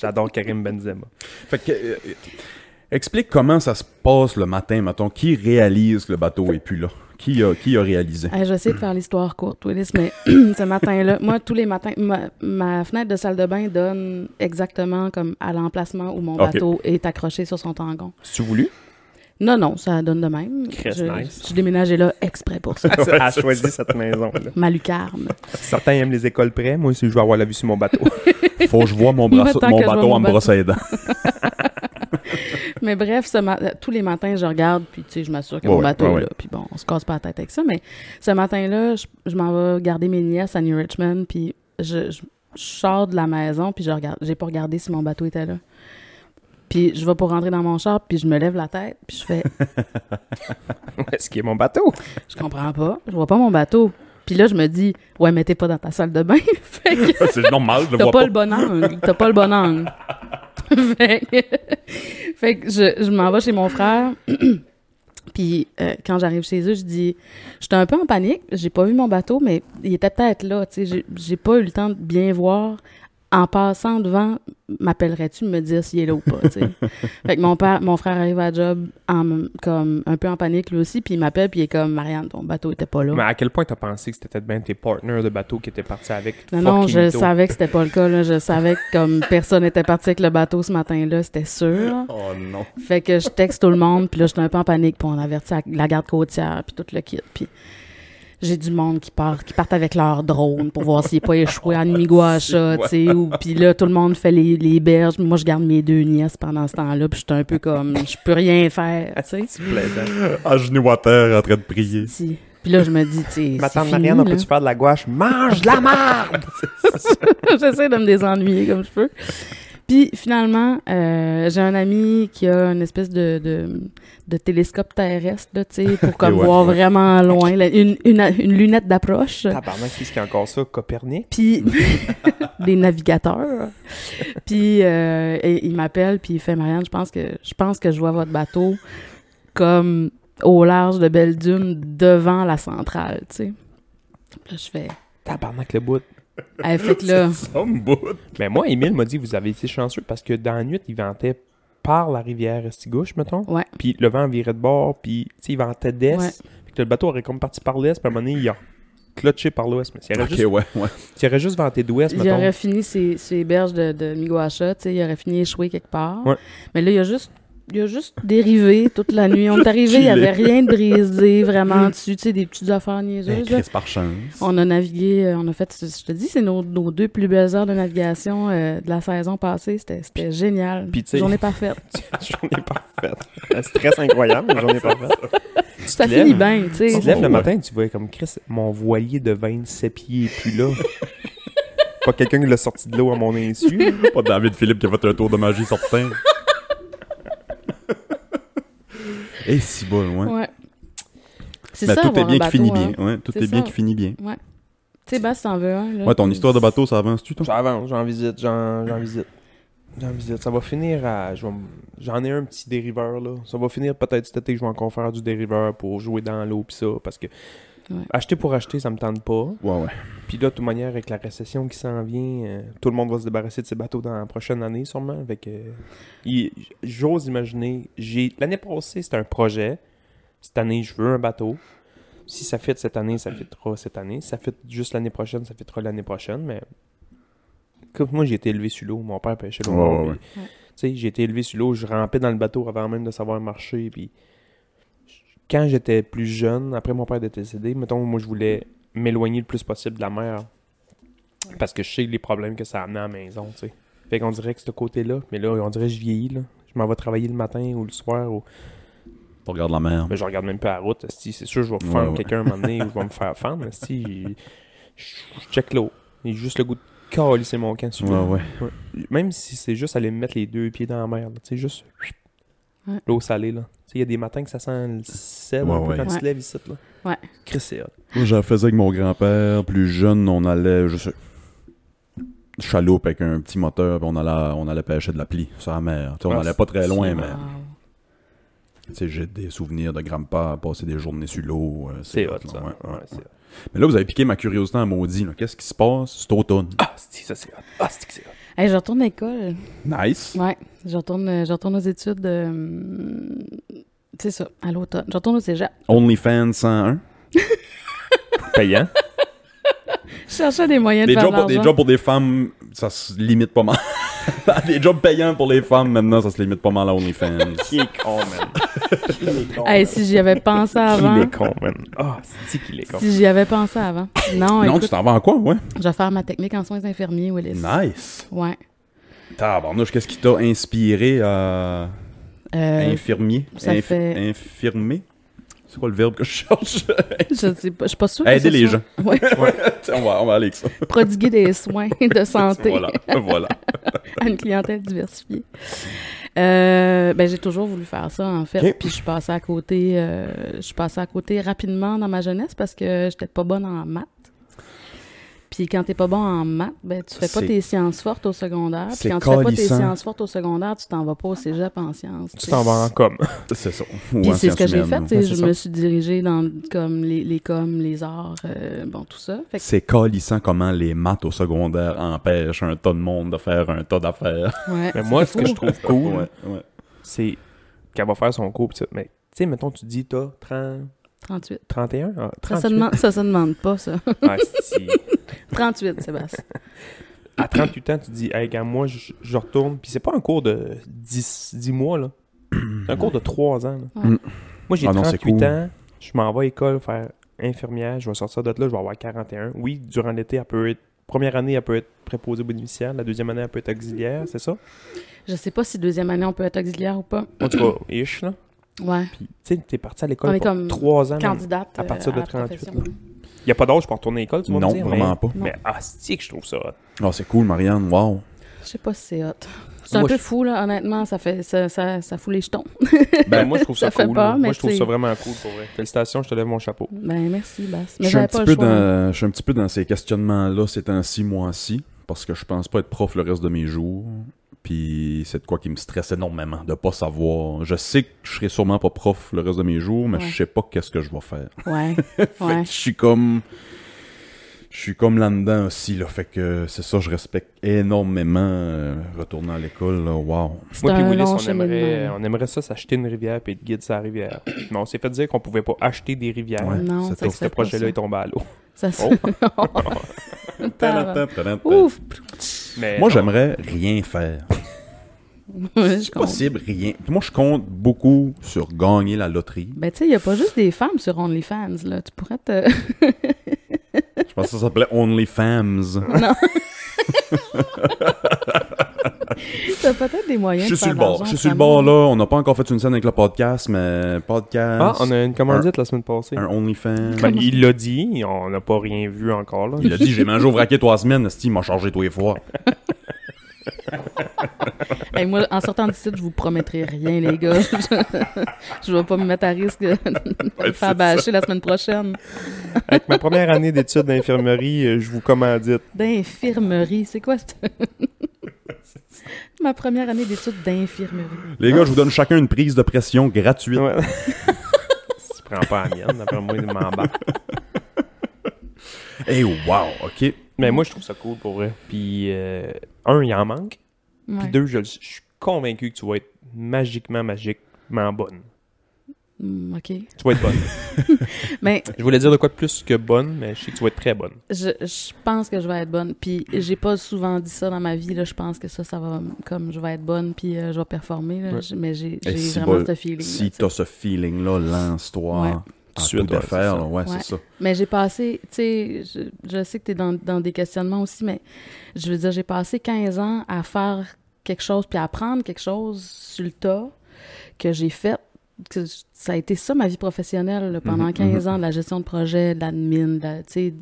Speaker 2: J'adore Karim Benzema.
Speaker 1: Fait que, euh, euh, explique comment ça se passe le matin, mettons. Qui réalise que le bateau est plus là? Qui a, qui a réalisé?
Speaker 3: Hey, je vais essayer de faire l'histoire courte, Willis, mais ce matin-là, moi, tous les matins, ma, ma fenêtre de salle de bain donne exactement comme à l'emplacement où mon
Speaker 1: Ok.
Speaker 3: bateau est accroché sur son tangon.
Speaker 2: Si tu voulu,
Speaker 3: Non, non, ça donne de même.
Speaker 2: Chris,
Speaker 3: je,
Speaker 2: nice.
Speaker 3: je suis déménagée là exprès pour ça.
Speaker 2: elle a choisi cette maison-là.
Speaker 3: ma lucarne.
Speaker 2: Certains aiment les écoles près. Moi aussi, je veux avoir la vue sur mon bateau.
Speaker 1: Faut que je vois mon, brasse-
Speaker 3: Attends
Speaker 1: mon
Speaker 3: que je
Speaker 1: bateau
Speaker 3: vois
Speaker 1: en me
Speaker 3: mon
Speaker 1: brossant les dents.
Speaker 3: Mais bref, ce ma- euh, tous les matins, je regarde, puis tu sais, je m'assure que
Speaker 1: Ouais,
Speaker 3: mon
Speaker 1: ouais,
Speaker 3: bateau
Speaker 1: ouais,
Speaker 3: est là. Puis bon, on se casse pas la tête avec ça. Mais ce matin-là, je, je m'en vais garder mes nièces à New Richmond, puis je, je- je sors de la maison, puis je regarde. J'ai pas regardé si mon bateau était là. Puis je vais pour rentrer dans mon char, puis je me lève la tête, puis je fais
Speaker 2: Est-ce qu'il y a mon bateau?
Speaker 3: Je comprends pas, je vois pas mon bateau. Puis là, je me dis Ouais, mais t'es pas dans ta salle de bain. fait que
Speaker 1: C'est normal, je le
Speaker 3: T'as
Speaker 1: vois
Speaker 3: pas,
Speaker 1: pas.
Speaker 3: le bon angle. T'as pas le bon angle. fait que, fait que je, je m'en vais chez mon frère. Puis euh, quand j'arrive chez eux, je dis J'étais un peu en panique. J'ai pas vu mon bateau, mais il était peut-être là. Tu sais, j'ai- j'ai pas eu le temps de bien voir en passant devant, m'appellerais-tu me dire s'il est là ou pas, tu sais. fait que mon père, mon frère arrive à la job en, comme, un peu en panique lui aussi, puis il m'appelle, puis il est comme, Marianne, ton bateau était pas là.
Speaker 2: Mais à quel point t'as pensé que c'était peut-être bien tes partenaires de bateau qui étaient partis avec
Speaker 3: Non, non,
Speaker 2: Fuck
Speaker 3: je
Speaker 2: Mito.
Speaker 3: savais que c'était pas le cas, là. Je savais que comme personne n'était parti avec le bateau ce matin-là, c'était sûr.
Speaker 1: Oh non.
Speaker 3: Fait que je texte tout le monde, puis là, j'étais un peu en panique, puis on avertit la- la garde côtière, puis tout le kit, puis j'ai du monde qui part, qui partent avec leur drone pour voir s'il n'est pas échoué en Miguacha, tu sais, ou puis là, tout le monde fait les, les berges, puis moi, je garde mes deux nièces pendant ce temps-là, puis j'étais un peu comme, je peux rien faire, tu sais.
Speaker 2: C'est plaisant.
Speaker 1: À genoux à terre, en train de prier.
Speaker 3: Si. Puis là, je me dis, tu sais,
Speaker 2: Ma
Speaker 3: c'est
Speaker 2: tante
Speaker 3: fini,
Speaker 2: Marianne, on
Speaker 3: là.
Speaker 2: peut-tu faire de la gouache? Mange de la merde!
Speaker 3: J'essaie de me désennuyer comme je peux. Puis finalement, euh, j'ai un ami qui a une espèce de, de, de télescope terrestre, là, tu sais, pour comme
Speaker 1: Ouais,
Speaker 3: voir
Speaker 1: ouais.
Speaker 3: vraiment loin, là, une, une, une lunette d'approche.
Speaker 2: Tabarnak, qu'est-ce qui est encore ça? Copernic?
Speaker 3: Puis des navigateurs. Puis euh, et- il m'appelle, puis il fait Marianne, je pense que je pense que je vois votre bateau comme au large de Belle Dune devant la centrale, tu sais. Puis là, je fais.
Speaker 2: Tabarnak, le bout.
Speaker 3: Elle fait que là.
Speaker 1: Ça me bout.
Speaker 2: Mais Ben, moi, Émile m'a dit que vous avez été chanceux parce que dans la nuit, il ventait par la rivière Estigouche, mettons.
Speaker 3: Ouais.
Speaker 2: Puis le vent virait de bord, puis tu sais, il ventait d'est.
Speaker 3: Ouais.
Speaker 2: Fait que le bateau aurait comme parti par l'est, puis à un moment donné, il a clutché par l'ouest. Mais s'il aurait,
Speaker 1: Ok,
Speaker 2: juste,
Speaker 1: ouais, ouais.
Speaker 2: s'il aurait juste venté d'ouest,
Speaker 3: Il
Speaker 2: mettons.
Speaker 3: aurait fini ses, ses berges de, de Miguacha, tu sais, il aurait fini échoué quelque part.
Speaker 2: Ouais.
Speaker 3: Mais là, il a juste il a juste dérivé toute la nuit. On est arrivé, il n'y avait rien de brisé vraiment dessus, tu sais, des petites affaires
Speaker 1: Ben,
Speaker 3: niaiseuses. là.
Speaker 1: Chris, par chance.
Speaker 3: On a navigué, euh, on a fait, je te dis, c'est nos, nos deux plus belles heures de navigation euh, de la saison passée. C'était c'était génial.
Speaker 2: puis tu sais-
Speaker 3: Journée parfaite.
Speaker 2: J'en ai parfaite. Un stress incroyable, j'en ai parfaite.
Speaker 3: Ça
Speaker 2: te lèves.
Speaker 3: finit bien, tu
Speaker 2: Tu
Speaker 3: sais.
Speaker 2: te lèves
Speaker 1: Ouais.
Speaker 2: le matin et tu vois comme Chris, mon voilier de 27 pieds est plus là. Pas quelqu'un qui l'a sorti de l'eau à mon insu.
Speaker 1: Pas David Philippe qui a fait un tour de magie certain. Et Eh, si bon, ouais.
Speaker 3: Ouais. C'est
Speaker 1: Ben,
Speaker 3: ça,
Speaker 1: tout est
Speaker 3: avoir
Speaker 1: bien
Speaker 3: un
Speaker 1: qui finit
Speaker 3: bateau, hein.
Speaker 1: bien. Ouais, tout
Speaker 3: C'est
Speaker 1: est, bien
Speaker 3: ça.
Speaker 1: qui finit bien.
Speaker 3: Tu sais, Bass, si t'en veux un. Là,
Speaker 1: Ouais, ton histoire de bateau, ça avance-tu, toi?
Speaker 2: J'avance, j'en visite, j'en j'en visite. J'en visite. Ça va finir à. je vais m- J'en ai un petit dériveur là. Ça va finir peut-être cet été que je vais encore faire du dériveur pour jouer dans l'eau pis ça. Parce que
Speaker 3: Ouais.
Speaker 2: acheter pour acheter, ça me tente pas.
Speaker 1: Ouais, ouais.
Speaker 2: Puis là, de toute manière, avec la récession qui s'en vient, euh, tout le monde va se débarrasser de ses bateaux dans la prochaine année, sûrement. Fait que, euh, il- j'ose imaginer. j'ai L'année passée, c'était un projet. Cette année, je veux un bateau. Si ça fit cette année, ça fitera cette année. Si ça fit juste l'année prochaine, ça fitera l'année prochaine. Mais comme moi, j'ai été élevé sur l'eau. Mon père pêchait l'eau.
Speaker 1: Ouais, ouais, ouais.
Speaker 3: Ouais.
Speaker 2: Tu sais, j'ai été élevé sur l'eau. Je rampais dans le bateau avant même de savoir marcher. Puis quand j'étais plus jeune, après mon père était décédé, mettons, moi, je voulais m'éloigner le plus possible de la mer. Parce que je sais les problèmes que ça amenait à la maison, tu sais. Fait qu'on dirait que ce côté-là, mais là, on dirait que je vieillis, là. Je m'en vais travailler le matin ou le soir. Ou...
Speaker 1: Tu regardes la mer.
Speaker 2: Mais je regarde même pas la route, esti. C'est sûr, je vais
Speaker 1: Ouais,
Speaker 2: me fendre
Speaker 1: ouais.
Speaker 2: quelqu'un un moment donné ou je vais me faire fendre, esti. Je je check l'eau. J'ai juste le goût de calisser mon camp sur
Speaker 1: Ouais,
Speaker 2: l'eau.
Speaker 1: ouais.
Speaker 2: Même si c'est juste aller me mettre les deux pieds dans la mer, là, tu sais, juste chut,
Speaker 3: Ouais.
Speaker 2: l'eau salée, là. Tu sais, il y a des matins que ça sent le sel
Speaker 1: Ouais,
Speaker 2: un peu
Speaker 1: ouais.
Speaker 2: quand tu
Speaker 3: Ouais.
Speaker 2: te lèves ici, là.
Speaker 3: Ouais.
Speaker 2: Chris, c'est hot.
Speaker 1: Moi, j'en faisais avec mon grand-père. Plus jeune, on allait, je sais, chaloupe avec un petit moteur, puis on allait, on allait pêcher de la plie sur la mer. Tu sais, on
Speaker 2: Ah,
Speaker 1: allait pas très loin,
Speaker 3: Wow.
Speaker 1: mais tu sais, j'ai des souvenirs de grand-père passer des journées sur l'eau. euh,
Speaker 2: C'est hot,
Speaker 1: là,
Speaker 2: ça.
Speaker 1: ouais, ouais,
Speaker 2: Ouais,
Speaker 1: ouais.
Speaker 2: c'est hot.
Speaker 1: Mais là, vous avez piqué ma curiosité en maudit. là. Qu'est-ce qui se passe cet automne?
Speaker 2: Ah, c'est ça, c'est hot. Ah, c'est que c'est hot.
Speaker 3: Hey, je retourne à l'école.
Speaker 1: Nice!
Speaker 3: Ouais, je retourne, euh, je retourne aux études. euh, c'est ça, à l'automne. Je retourne au cégep.
Speaker 1: OnlyFans 101.
Speaker 2: Payant.
Speaker 3: Je cherchais des moyens
Speaker 1: Les
Speaker 3: de faire
Speaker 1: jobs,
Speaker 3: de
Speaker 1: pour, des
Speaker 3: l'argent.
Speaker 1: jobs pour des femmes, ça se limite pas mal. les jobs payants pour les femmes, maintenant, ça se limite pas mal à OnlyFans.
Speaker 2: Qui est con, man. Qui est con.
Speaker 3: Hey,
Speaker 2: man.
Speaker 3: si j'y avais pensé
Speaker 2: Qu'il
Speaker 3: avant.
Speaker 2: est con, man. Ah, c'est qu'il est con.
Speaker 3: Si j'y avais pensé avant.
Speaker 1: non,
Speaker 3: Non,
Speaker 1: tu
Speaker 3: écoute,
Speaker 1: t'en vas en quoi, ouais?
Speaker 3: je vais faire ma technique en soins infirmiers, Willis.
Speaker 1: Nice!
Speaker 3: Ouais.
Speaker 1: Tabarnouche, qu'est-ce qui t'a inspiré à
Speaker 3: Euh,
Speaker 1: infirmier?
Speaker 3: ça
Speaker 1: Inf-
Speaker 3: fait-
Speaker 1: Infirmer? C'est quoi le verbe que je cherche?
Speaker 3: je sais pas, je suis pas sûre. que
Speaker 1: Aider
Speaker 3: ce
Speaker 1: les
Speaker 3: soit-
Speaker 1: gens.
Speaker 3: Ouais,
Speaker 1: on, va, on va aller avec ça.
Speaker 3: prodiguer des soins de santé
Speaker 1: Voilà, voilà.
Speaker 3: à une clientèle diversifiée. Euh, ben j'ai toujours voulu faire ça en fait,
Speaker 1: Ok.
Speaker 3: puis je suis passée à côté, euh, je suis passée à côté rapidement dans ma jeunesse parce que j'étais pas bonne en maths. Puis quand t'es pas bon en maths, ben, tu fais pas
Speaker 1: C'est-
Speaker 3: tes sciences fortes au secondaire.
Speaker 1: C'est
Speaker 3: Puis quand tu fais pas tes
Speaker 1: calissant.
Speaker 3: sciences fortes au secondaire, tu t'en vas pas au cégep en sciences.
Speaker 2: Tu t'en vas en com.
Speaker 1: C'est ça.
Speaker 3: Puis c'est ce que j'ai fait, tu sais,
Speaker 2: Ouais, c'est
Speaker 3: je
Speaker 2: ça.
Speaker 3: me suis dirigée dans comme les, les coms, les arts, euh, bon, tout ça. Fait que
Speaker 1: C'est calissant comment les maths au secondaire empêchent un tas de monde de faire un tas d'affaires.
Speaker 3: Ouais,
Speaker 2: Mais moi,
Speaker 3: c'est
Speaker 2: ce que
Speaker 3: fou.
Speaker 2: je trouve cool,
Speaker 1: Ouais, ouais.
Speaker 2: c'est qu'elle va faire son cours. pis tout. Mais tu sais, mettons, tu dis, t'as 30,
Speaker 3: 38.
Speaker 2: 31? Ah,
Speaker 3: Ça, se
Speaker 2: 38.
Speaker 3: demande, ça se demande pas, ça.
Speaker 2: Ah, si.
Speaker 3: 38, Sébastien.
Speaker 2: à 38 ans, tu dis, hey, quand moi, je, je retourne, puis c'est pas un cours de 10, 10 mois, là. C'est un cours de 3 ans. là.
Speaker 3: Ouais.
Speaker 2: Moi, j'ai
Speaker 1: Ah non, c'est
Speaker 2: 38
Speaker 1: cool.
Speaker 2: ans, je m'en vais à l'école faire infirmière, je vais sortir de là, je vais avoir 41. Oui, durant l'été, elle peut être. Première année, elle peut être préposée bénéficiaire, la deuxième année, elle peut être auxiliaire, c'est ça?
Speaker 3: Je sais pas si deuxième année on peut être auxiliaire ou pas.
Speaker 2: En tout cas, ish, là.
Speaker 1: Ah,
Speaker 3: Ouais,
Speaker 2: Puis, tu sais, t'es parti à
Speaker 3: On est
Speaker 2: l'école pour
Speaker 3: comme
Speaker 2: 3 ans. Il
Speaker 3: candidate.
Speaker 2: à
Speaker 3: euh,
Speaker 2: partir de
Speaker 3: la
Speaker 2: 38,
Speaker 3: profession.
Speaker 2: n'y a pas d'âge pour retourner à l'école, tu vas me
Speaker 1: Non,
Speaker 2: dire? mais-
Speaker 1: vraiment pas.
Speaker 3: Non.
Speaker 2: Mais asti que je trouve ça hot.
Speaker 1: Oh, c'est cool, Marianne. Wow.
Speaker 3: Je sais pas si c'est hot. C'est un
Speaker 2: Moi,
Speaker 3: peu
Speaker 2: je-
Speaker 3: fou, là, honnêtement. Ça, fait, ça, ça, ça fout les jetons.
Speaker 2: Ben, moi, je trouve ça,
Speaker 3: Ça fait
Speaker 2: cool.
Speaker 3: peur,
Speaker 2: là.
Speaker 3: mais
Speaker 2: moi, je trouve
Speaker 3: tu sais.
Speaker 2: ça vraiment cool, pour vrai. Félicitations, je te lève mon chapeau.
Speaker 3: Ben, merci, Bass.
Speaker 1: Je suis,
Speaker 3: Mais
Speaker 1: un
Speaker 3: j'avais
Speaker 1: petit
Speaker 3: pas le
Speaker 1: peu
Speaker 3: choix.
Speaker 1: dans, je suis un petit peu dans ces questionnements-là ces temps-ci, moi-ci, parce que je pense pas être prof le reste de mes jours. Puis c'est de quoi qui me stresse énormément, de pas savoir. Je sais que je serai sûrement pas prof le reste de mes jours, mais
Speaker 3: Ouais.
Speaker 1: je sais pas qu'est-ce que je vais faire.
Speaker 3: Ouais,
Speaker 1: Fait que
Speaker 3: ouais.
Speaker 1: je suis comme. Je suis comme là-dedans aussi, là. Fait que c'est ça, je respecte énormément euh, retourner à l'école, là. Wow.
Speaker 3: C'est
Speaker 2: Moi puis
Speaker 3: un
Speaker 2: Willis,
Speaker 3: long
Speaker 2: on aimerait,
Speaker 1: euh,
Speaker 3: cheminement.
Speaker 2: on aimerait ça s'acheter une rivière puis être guide sur la rivière. Mais on s'est fait dire qu'on pouvait pas acheter des rivières.
Speaker 1: Ouais,
Speaker 3: non,
Speaker 1: c'est
Speaker 3: ça
Speaker 1: tout.
Speaker 3: se
Speaker 2: Ce
Speaker 3: fait pas,
Speaker 2: projet-là
Speaker 3: ça.
Speaker 2: est tombé à l'eau.
Speaker 3: Ça se-
Speaker 2: Oh.
Speaker 3: Tabarnak.
Speaker 1: Moi,
Speaker 3: Ouf!
Speaker 2: Mais non,
Speaker 1: j'aimerais rien faire.
Speaker 3: Ouais, je
Speaker 1: C'est
Speaker 3: comprends.
Speaker 1: possible, rien. Moi, je compte beaucoup sur gagner la loterie.
Speaker 3: Ben, tu sais, il n'y a pas juste des femmes sur OnlyFans, là. Tu pourrais te.
Speaker 1: Je pense que ça s'appelait OnlyFams.
Speaker 3: T'as peut-être des
Speaker 1: Je
Speaker 3: moyens
Speaker 1: suis
Speaker 3: de
Speaker 1: sur
Speaker 3: faire
Speaker 1: le bord.
Speaker 3: d'argent,
Speaker 1: Je suis sur le
Speaker 3: vraiment.
Speaker 1: bord, là. On n'a pas encore fait une scène avec le podcast, mais podcast.
Speaker 2: Ah, on a une commandite la semaine passée.
Speaker 1: Un OnlyFans.
Speaker 2: Ben, il l'a dit, on n'a pas rien vu encore. Là.
Speaker 1: Il a dit, j'ai mangé au vraquet trois semaines, Steve il m'a chargé tous les fois.
Speaker 3: Hey, moi, en sortant d'ici, je vous promettrai rien, les gars. Je je vais pas me mettre à risque de de me faire bâcher la semaine prochaine.
Speaker 2: Avec ma première année d'études d'infirmerie, euh, je vous commandite.
Speaker 3: D'infirmerie, c'est quoi cette... Ma première année d'études d'infirmerie.
Speaker 1: Les gars, je vous donne chacun une prise de pression gratuite.
Speaker 2: Ouais. si tu prends pas la mienne, d'après moi, il m'embarque.
Speaker 1: Hey, Eh, wow, OK.
Speaker 2: Mais moi, je trouve ça cool pour vrai. Puis, euh, un, il en manque.
Speaker 3: Ouais.
Speaker 2: Puis deux, je, le- je suis convaincu que tu vas être magiquement, magiquement bonne.
Speaker 3: Hmm, OK.
Speaker 2: Tu vas être bonne.
Speaker 3: Mais
Speaker 2: je voulais dire de quoi de plus que bonne, mais je sais que tu vas être très bonne.
Speaker 3: je, je pense que je vais être bonne. Puis j'ai pas souvent dit ça dans ma vie. Là. Je pense que ça, ça va... m- Comme je vais être bonne, puis euh, je vais performer. là.
Speaker 2: Ouais.
Speaker 3: Je- Mais j'ai
Speaker 1: Et
Speaker 3: j'ai
Speaker 1: si
Speaker 3: vraiment
Speaker 1: bol-
Speaker 3: ce feeling. là,
Speaker 1: Si
Speaker 3: tu sais.
Speaker 1: t'as ce feeling-là, lance-toi.
Speaker 3: Ouais.
Speaker 1: à
Speaker 2: Tout de
Speaker 1: tout
Speaker 2: suite, ouais,
Speaker 1: d'affaires,
Speaker 2: c'est
Speaker 1: là.
Speaker 2: ça.
Speaker 1: ouais,
Speaker 3: Ouais.
Speaker 1: c'est ça.
Speaker 3: Mais j'ai passé, tu sais, je, je sais que tu es dans, dans des questionnements aussi, mais je veux dire, j'ai passé 15 ans à faire quelque chose puis à apprendre quelque chose sur le tas que j'ai fait. Que j- ça a été ça ma vie professionnelle là, pendant
Speaker 1: Mhm,
Speaker 3: 15 ans, de la gestion de projet, de l'admin, de, la- tu sais, de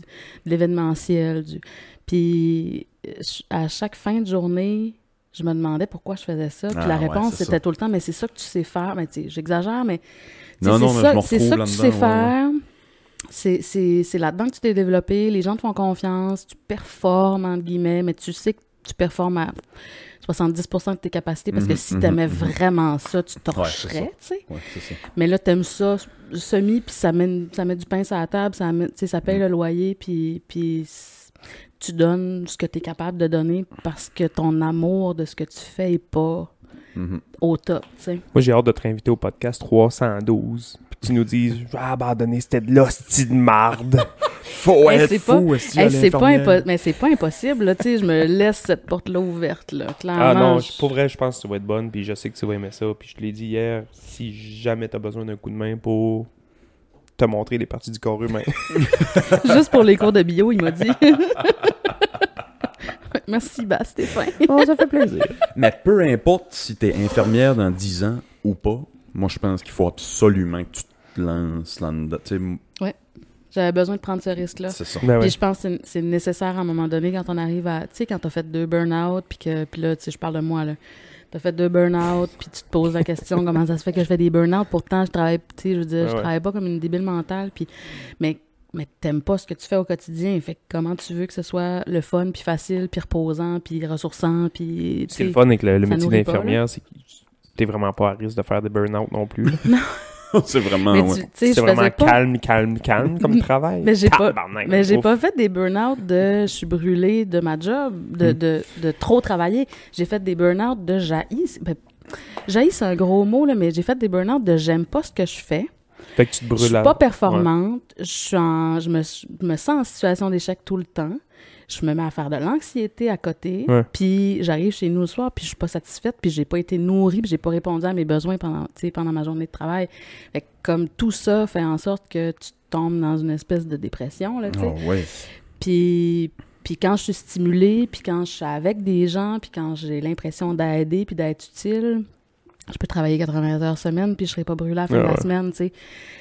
Speaker 3: l'événementiel. Du... Puis euh, je- à chaque fin de journée, je me demandais pourquoi je faisais ça. Puis
Speaker 1: Ah,
Speaker 3: la
Speaker 1: ouais,
Speaker 3: réponse,
Speaker 1: c'est ça.
Speaker 3: c'était tout le temps, mais c'est ça que tu sais faire. Mais tu sais, j'exagère, mais tu sais,
Speaker 1: Non, non,
Speaker 3: c'est
Speaker 1: mais
Speaker 3: ça-
Speaker 1: je me
Speaker 3: C'est
Speaker 1: retrouve
Speaker 3: ça que tu sais
Speaker 1: là-dedans, ouais, ouais.
Speaker 3: faire. C'est- C'est c'est là-dedans que tu t'es développé. Les gens te font confiance. Tu performes, entre guillemets, mais tu sais que tu performes à 70 de tes capacités parce que
Speaker 1: Mhm,
Speaker 3: si
Speaker 1: mhm,
Speaker 3: tu aimais
Speaker 1: mhm.
Speaker 3: vraiment ça, tu
Speaker 1: Ouais,
Speaker 3: torcherais, tu sais.
Speaker 1: Ouais, c'est ça.
Speaker 3: Mais là, t'aimes ça semi, puis ça met, ça met du pain sur la table, ça, met- tu sais, ça paye
Speaker 1: Mhm.
Speaker 3: le loyer, puis puis s- tu donnes ce que tu es capable de donner parce que ton amour de ce que tu fais est pas
Speaker 1: Mhm.
Speaker 3: au top, tu sais.
Speaker 2: Moi, j'ai hâte de te réinviter au podcast 312. Puis que tu nous dises, je vais abandonner cette de l'hostie de marde.
Speaker 1: Faut
Speaker 3: Hey,
Speaker 1: être
Speaker 3: c'est
Speaker 1: fou, est-ce
Speaker 3: Hey, c'est pas impo- mais c'est pas impossible, là, tu sais, je me laisse cette porte-là ouverte, là, clairement.
Speaker 2: ah non,
Speaker 3: je-
Speaker 2: je- pour vrai, je pense que tu vas être bonne. Puis je sais que tu vas aimer ça. Puis je te l'ai dit hier, si jamais t'as besoin d'un coup de main pour te montrer les parties du corps humain.
Speaker 3: Juste pour les cours de bio, il m'a dit. Merci, Bas, Stéphane.
Speaker 2: oh, ça fait plaisir.
Speaker 1: Mais peu importe si t'es infirmière dans 10 ans ou pas, moi, je pense qu'il faut absolument que tu te lances là-dedans. Tu sais, m-
Speaker 3: J'avais besoin de prendre ce risque-là.
Speaker 1: C'est ça.
Speaker 2: Ben ouais.
Speaker 3: Puis je pense que c'est- c'est nécessaire à un moment donné quand on arrive à. Tu sais, quand t'as fait deux burn-out, puis que. Puis là, tu sais, je parle de moi, là. T'as fait deux burn-out, puis tu te poses la question comment ça se fait que je fais des burn-out. Pourtant, je travaille. Tu sais, je veux dire,
Speaker 2: Ah Ouais,
Speaker 3: je
Speaker 2: ouais.
Speaker 3: travaille pas comme une débile mentale. Puis. Mais. mais t'aimes pas ce que tu fais au quotidien. Fait que comment tu veux que ce soit le fun, puis facile, puis reposant, puis ressourçant, puis... tu
Speaker 2: C'est le
Speaker 3: sais.
Speaker 2: fun avec le, le
Speaker 3: ça
Speaker 2: métier
Speaker 3: nourrit pas,
Speaker 2: d'infirmière, c'est que t'es vraiment pas à risque de faire des burn-out non plus. là.
Speaker 1: c'est vraiment.
Speaker 3: Mais
Speaker 1: ouais.
Speaker 3: tu tu sais,
Speaker 2: c'est
Speaker 3: je
Speaker 2: vraiment
Speaker 3: faisais pas...
Speaker 2: calme, calme, calme comme travail.
Speaker 3: Mais j'ai pas,
Speaker 2: Tabarnak,
Speaker 3: mais j'ai
Speaker 2: ouf.
Speaker 3: pas fait des burn-out de je suis brûlée de ma job, de,
Speaker 2: Mm.
Speaker 3: de, de trop travailler. J'ai fait des burn-out de jaillis. Ben, jaillis, c'est un gros mot, là, mais j'ai fait des burn-out de j'aime pas ce que je fais.
Speaker 2: Fait que tu te
Speaker 3: Je suis
Speaker 2: brûles
Speaker 3: pas performante. Je, suis en- je me, je me sens en situation d'échec tout le temps. Je me mets à faire de l'anxiété à côté.
Speaker 2: Ouais.
Speaker 3: Puis j'arrive chez nous le soir, puis je suis pas satisfaite, puis j'ai pas été nourrie, puis j'ai pas répondu à mes besoins pendant, tu sais, pendant ma journée de travail. Fait que comme tout ça fait en sorte que tu tombes dans une espèce de dépression, là, tu sais.
Speaker 1: Ah ouais.
Speaker 3: Puis, puis quand je suis stimulée, puis quand je suis avec des gens, puis quand j'ai l'impression d'aider, puis d'être utile, je peux travailler 80 heures semaine, puis je serai pas brûlée à la fin
Speaker 2: Ah
Speaker 3: de la
Speaker 2: ouais.
Speaker 3: semaine, tu sais.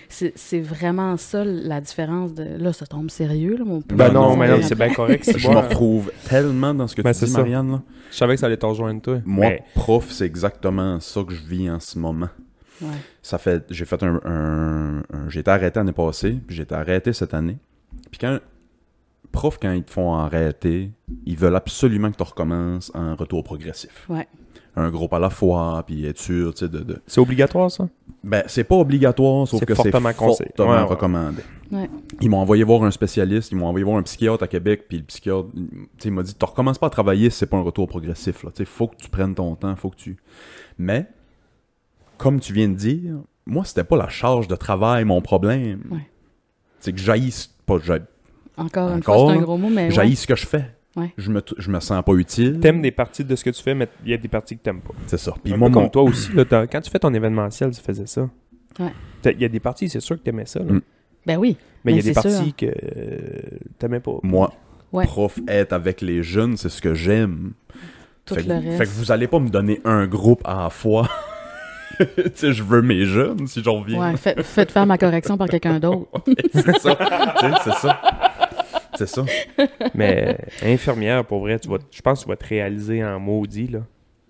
Speaker 3: C'est- C'est vraiment ça la différence de... Là, ça tombe sérieux, là, mon
Speaker 2: Ben non,
Speaker 1: Non,
Speaker 2: mais
Speaker 1: non,
Speaker 2: non, c'est bien correct. c'est
Speaker 1: Je
Speaker 2: bon.
Speaker 1: me retrouve tellement dans ce que
Speaker 2: Ben,
Speaker 1: tu
Speaker 2: c'est
Speaker 1: dis,
Speaker 2: ça.
Speaker 1: Marianne. là. Ben,
Speaker 2: Je savais que ça allait te rejoindre, toi.
Speaker 1: Moi,
Speaker 2: Mais-
Speaker 1: prof, c'est exactement ça que je vis en ce moment.
Speaker 3: Ouais.
Speaker 1: Ça fait, j'ai fait un, un- un- j'ai été arrêté l'année passée, puis j'ai été arrêté cette année. Puis quand prof, quand ils te font arrêter, ils veulent absolument que tu recommences en retour progressif.
Speaker 3: Ouais.
Speaker 1: Un groupe à la fois, puis être sûr, tu sais, de, de-
Speaker 2: C'est obligatoire, ça?
Speaker 1: Ben, c'est pas obligatoire, sauf
Speaker 2: C'est
Speaker 1: que c'est
Speaker 2: fortement
Speaker 1: fortement,
Speaker 2: conseillé. Ouais, ouais.
Speaker 1: recommandé.
Speaker 3: Ouais.
Speaker 1: Ils m'ont envoyé voir un spécialiste, ils m'ont envoyé voir un psychiatre à Québec, puis le psychiatre, il- tu sais, il m'a dit, tu recommences pas à travailler si c'est pas un retour progressif, là. Tu sais, faut que tu prennes ton temps, faut que tu... Mais, comme tu viens de dire, moi, c'était pas la charge de travail mon problème.
Speaker 3: Ouais.
Speaker 1: C'est que j'haïs pas, j'haïs
Speaker 3: Encore, une
Speaker 1: Encore,
Speaker 3: fois, c'est un
Speaker 1: là.
Speaker 3: gros mot, mais... ouais.
Speaker 1: j'haïs ce que je fais.
Speaker 3: Ouais.
Speaker 1: Je, me, t- je me sens pas utile.
Speaker 2: T'aimes des parties de ce que tu fais, mais il y a des parties que t'aimes pas.
Speaker 1: C'est ça. Puis
Speaker 2: Un
Speaker 1: moi,
Speaker 2: peu
Speaker 1: mon...
Speaker 2: comme toi aussi, là, t'as- quand tu fais ton événementiel, tu faisais ça.
Speaker 3: Ouais.
Speaker 2: T'as- Il y a des parties, c'est sûr que t'aimais ça, là.
Speaker 1: Mm.
Speaker 3: Ben oui.
Speaker 2: mais il y a
Speaker 3: Mais
Speaker 2: des
Speaker 3: c'est
Speaker 2: parties
Speaker 3: sûr.
Speaker 2: que euh, t'aimais pas.
Speaker 1: moi,
Speaker 3: Ouais.
Speaker 1: prof, être avec les jeunes, c'est ce que j'aime.
Speaker 3: Tout
Speaker 1: fait, que
Speaker 3: le
Speaker 1: vous-
Speaker 3: reste.
Speaker 1: fait que vous allez pas me donner un groupe à la fois. tu sais, je veux mes jeunes si j'en reviens.
Speaker 3: Ouais, fait- faites faire ma correction par quelqu'un d'autre.
Speaker 1: c'est ça. Tu sais, c'est ça. C'est ça.
Speaker 2: mais euh, infirmière, pour vrai, tu vas, je pense que tu vas te réaliser en maudit, là.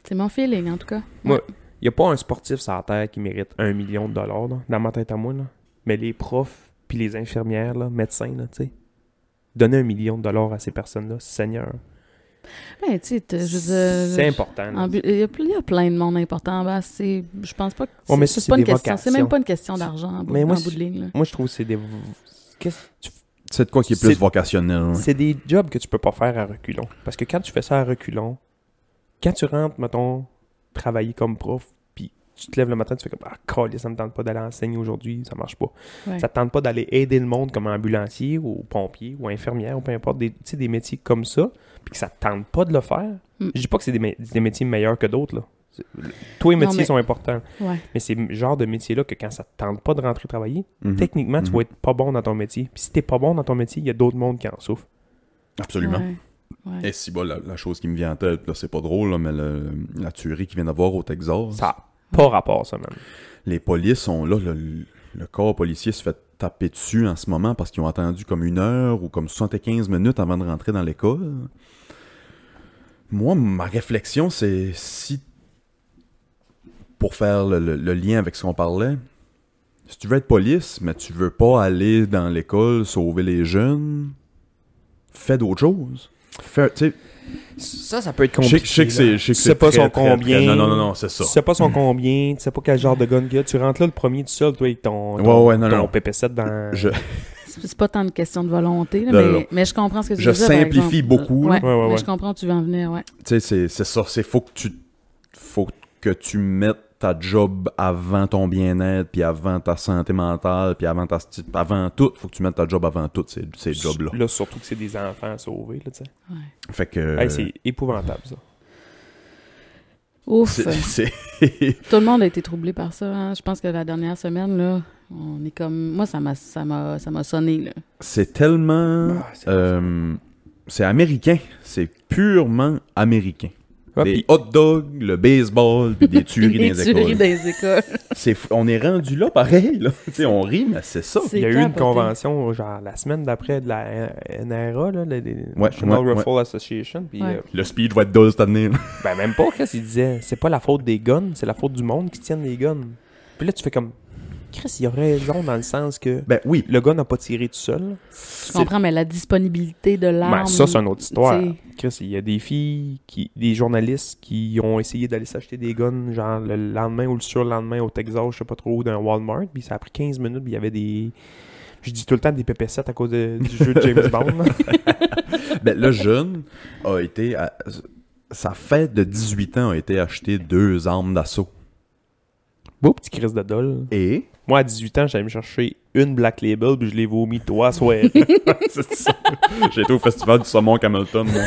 Speaker 3: C'est mon feeling, en tout cas.
Speaker 2: Moi, il n'y a pas un sportif sur la terre qui mérite un million de dollars, là, dans ma tête à moi. Là. Mais les profs, puis les infirmières, là, médecins, là, tu sais, donner un million de dollars à ces personnes-là, Seigneur,
Speaker 3: Ben, tu sais, t'as- je veux dire,
Speaker 2: c'est important. là.
Speaker 3: euh, En bu- Il y, a, il y a plein de monde important. Ben, c'est, je pense pas que
Speaker 2: Oh, mais ça, c'est
Speaker 3: pas
Speaker 2: des
Speaker 3: une question. C'est
Speaker 2: vocations.
Speaker 3: même pas une question d'argent en bout,
Speaker 2: Mais moi,
Speaker 3: en bout de ligne. là.
Speaker 2: Moi, je trouve que c'est des... qu'est-ce- tu-
Speaker 1: C'est de quoi qui est plus
Speaker 2: C'est-
Speaker 1: vocationnel. ouais.
Speaker 2: C'est des jobs que tu peux pas faire à reculons. Parce que quand tu fais ça à reculons, quand tu rentres, mettons, travailler comme prof, puis tu te lèves le matin, tu fais comme Ah, calé, ça me tente pas d'aller enseigner aujourd'hui, ça marche pas.
Speaker 3: Ouais.
Speaker 2: Ça te tente pas d'aller aider le monde comme ambulancier ou pompier ou infirmière ou peu importe, des, tu sais, des métiers comme ça, puis que ça te tente pas de le faire.
Speaker 3: Mm.
Speaker 2: Je dis pas que c'est des, mé- des métiers meilleurs que d'autres, là. C'est- Tous les
Speaker 3: Non,
Speaker 2: métiers
Speaker 3: mais-
Speaker 2: sont importants,
Speaker 3: Ouais.
Speaker 2: mais c'est le genre de métier-là que quand ça te tente pas de rentrer travailler,
Speaker 1: Mhm.
Speaker 2: techniquement, tu
Speaker 1: Mhm.
Speaker 2: vas être pas bon dans ton métier. Puis si t'es pas bon dans ton métier, il y a d'autres mondes qui en souffrent.
Speaker 1: Absolument.
Speaker 3: Ouais. Ouais.
Speaker 1: Et si, bah, la, la chose qui me vient en tête, là, c'est pas drôle, là, mais le- la tuerie qui vient d'avoir au Texas,
Speaker 2: Ça n'a pas rapport, ça, même.
Speaker 1: les polices sont là. Le, le corps policier se fait taper dessus en ce moment parce qu'ils ont attendu comme une heure ou comme 75 minutes avant de rentrer dans l'école. Moi, ma réflexion, c'est si. Pour faire le, le- le lien avec ce qu'on parlait, si tu veux être police, mais tu veux pas aller dans l'école sauver les jeunes, fais d'autres choses. Fais, tu sais,
Speaker 2: Ça, ça peut être
Speaker 1: je sais- je sais que c'est. je sais que
Speaker 2: Tu sais
Speaker 1: c'est
Speaker 2: pas
Speaker 1: très,
Speaker 2: son
Speaker 1: très, très-
Speaker 2: combien.
Speaker 1: Non, non, non, non, c'est ça.
Speaker 2: Tu sais pas son combien, tu sais pas quel genre de gun qu'il y a. Tu rentres là le premier tout seul, toi, avec ton, ton,
Speaker 1: Ouais, ouais, non,
Speaker 2: ton
Speaker 1: non.
Speaker 2: PP7 dans.
Speaker 1: Je-
Speaker 3: C'est c'est pas tant une question de volonté, là,
Speaker 1: Non,
Speaker 3: mais,
Speaker 1: non, non.
Speaker 3: mais je comprends ce que tu
Speaker 1: Je
Speaker 3: veux dire, par
Speaker 1: simplifie
Speaker 3: exemple.
Speaker 1: beaucoup,
Speaker 3: Ouais,
Speaker 2: là. Ouais, ouais,
Speaker 3: mais
Speaker 2: ouais.
Speaker 3: Je comprends où tu veux en venir, ouais.
Speaker 1: tu sais, c'est, c'est ça, c'est faut que tu faut que tu mettes ta job avant ton bien-être, puis avant ta santé mentale, puis avant ta avant tout, faut que tu mettes ta job avant tout, ces, ces jobs-là.
Speaker 2: Là, surtout que c'est des enfants à sauver, là, tu sais.
Speaker 1: Fait que
Speaker 2: Hey, c'est épouvantable, ça.
Speaker 3: Ouf!
Speaker 1: c'est, c'est-
Speaker 3: Tout le monde a été troublé par ça. hein. Je pense que la dernière semaine, là, on est comme. Moi, ça m'a ça m'a ça m'a sonné, là.
Speaker 1: c'est tellement
Speaker 2: Ah, c'est-
Speaker 1: euh, c'est américain, c'est purement américain.
Speaker 2: Ouais,
Speaker 1: des
Speaker 2: puis-
Speaker 1: hot dogs, le baseball, puis des tueries
Speaker 3: Des
Speaker 1: dans les écoles.
Speaker 3: tueries dans les écoles.
Speaker 1: C'est fou- on est rendu là pareil là. Tu sais, on rit mais c'est ça.
Speaker 3: C'est
Speaker 2: Il y a eu une
Speaker 3: capoté.
Speaker 2: convention, genre, la semaine d'après de la NRA, là, le- le-
Speaker 1: Ouais,
Speaker 2: National
Speaker 1: ouais,
Speaker 2: Rifle Association. Puis,
Speaker 3: Ouais.
Speaker 2: euh,
Speaker 1: Le speed va être dose cette année. là.
Speaker 2: ben, même pas, qu'est-ce qu'il disait. C'est pas la faute des guns, c'est la faute du monde qui tiennent les guns. Puis là, tu fais comme. Chris, il a raison dans le sens que
Speaker 1: Ben oui,
Speaker 2: le gars n'a pas tiré tout seul.
Speaker 3: Je comprends, mais la disponibilité de l'arme.
Speaker 2: Ben, ça, c'est une autre histoire.
Speaker 3: tu sais.
Speaker 2: Chris, il y a des filles, qui, des journalistes qui ont essayé d'aller s'acheter des guns, genre le lendemain ou le surlendemain au Texas, je sais pas trop, où, d'un Walmart. Puis ça a pris 15 minutes, puis il y avait des. Je dis tout le temps des PP7 à cause de- du jeu de James Bond. là.
Speaker 1: ben, le jeune a été. à- Sa fête de 18 ans a été acheter deux armes d'assaut.
Speaker 2: Beau petit Chris de dol.
Speaker 1: Et.
Speaker 2: Moi, à 18 ans, j'allais me chercher une Black Label, puis je l'ai vomi trois soirs.
Speaker 1: C'est ça. J'ai été au festival du saumon Camelton, moi.